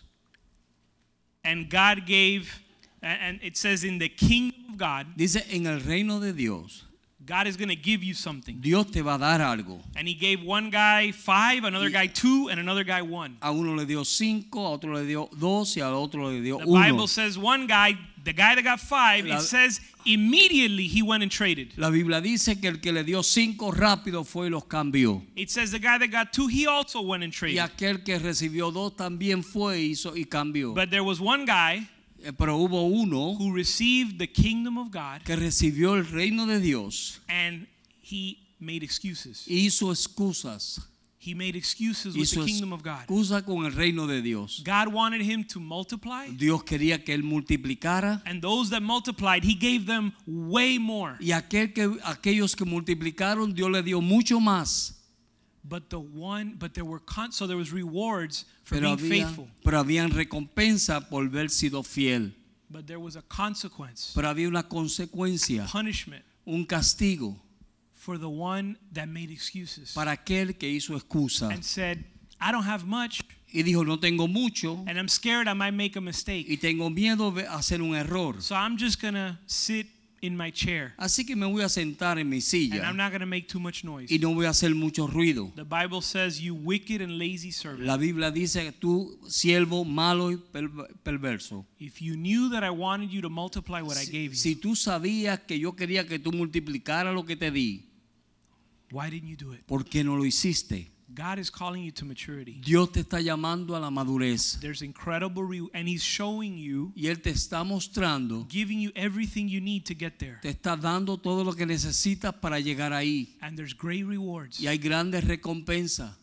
Speaker 1: And God gave, and and it says in the kingdom of God,
Speaker 2: Dice, en el reino de Dios,
Speaker 1: God is going to give you something.
Speaker 2: Dios te va a dar algo.
Speaker 1: And he gave one guy five, another guy two, and another guy one.
Speaker 2: A uno le dio cinco, a otro le dio dos y al otro le dio
Speaker 1: The
Speaker 2: uno.
Speaker 1: Bible says one guy, the guy that got five,
Speaker 2: La-
Speaker 1: it says immediately he went and traded.
Speaker 2: La Biblia dice que el que le dio cinco rápido fue y los cambió.
Speaker 1: It says the guy that got two, he also went and
Speaker 2: Y
Speaker 1: traded.
Speaker 2: aquel que recibió dos también fue y hizo y cambió.
Speaker 1: But there was one guy
Speaker 2: Eh, Pero hubo uno
Speaker 1: who received the kingdom of God
Speaker 2: que recibió el reino de Dios
Speaker 1: and he made excuses.
Speaker 2: y hizo excusas.
Speaker 1: He made excuses with
Speaker 2: Hizo
Speaker 1: the kingdom of God.
Speaker 2: excusas con el reino de Dios.
Speaker 1: God wanted him to multiply,
Speaker 2: Dios quería que él multiplicara
Speaker 1: and those that multiplied, he gave them way more.
Speaker 2: y aquel que, aquellos que multiplicaron Dios le dio mucho más.
Speaker 1: But the one, but there were con- so there was rewards for
Speaker 2: Pero,
Speaker 1: being
Speaker 2: había,
Speaker 1: faithful.
Speaker 2: pero habían recompensa por haber sido fiel.
Speaker 1: But there was a consequence,
Speaker 2: Pero había una consecuencia,
Speaker 1: punishment
Speaker 2: un castigo
Speaker 1: for the one that made excuses
Speaker 2: para aquel que hizo excusa.
Speaker 1: and said, "I don't have much,
Speaker 2: y dijo no tengo mucho
Speaker 1: and I'm scared I might make a
Speaker 2: y
Speaker 1: mistake,
Speaker 2: tengo miedo de hacer un error
Speaker 1: so I'm just gonna sit in my chair
Speaker 2: así que me voy a sentar en mi
Speaker 1: and I'm
Speaker 2: silla
Speaker 1: not gonna make too much noise."
Speaker 2: y no voy a hacer mucho ruido
Speaker 1: The Bible says, "You wicked and lazy servant."
Speaker 2: la Biblia dice tú siervo malo y per- perverso
Speaker 1: If you knew that I wanted you to multiply what I gave you,
Speaker 2: si tú sabías que yo quería que tú multiplicaras lo que te di
Speaker 1: why didn't you do it?
Speaker 2: ¿por qué no lo hiciste?
Speaker 1: God is calling you to maturity.
Speaker 2: Dios te está llamando a la madurez
Speaker 1: There's incredible, re- and He's showing you,
Speaker 2: y Él te está mostrando
Speaker 1: giving you everything you need to get there.
Speaker 2: te está dando todo lo que necesitas para llegar ahí
Speaker 1: And there's great rewards
Speaker 2: y hay grandes recompensas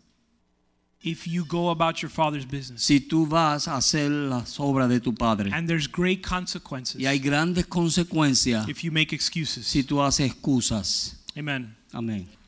Speaker 1: if you go about your Father's business.
Speaker 2: si tú vas a hacer las obras de tu Padre
Speaker 1: And there's great consequences
Speaker 2: Y hay grandes consecuencias
Speaker 1: if you make excuses.
Speaker 2: si tú haces excusas.
Speaker 1: Amen.
Speaker 2: Amén.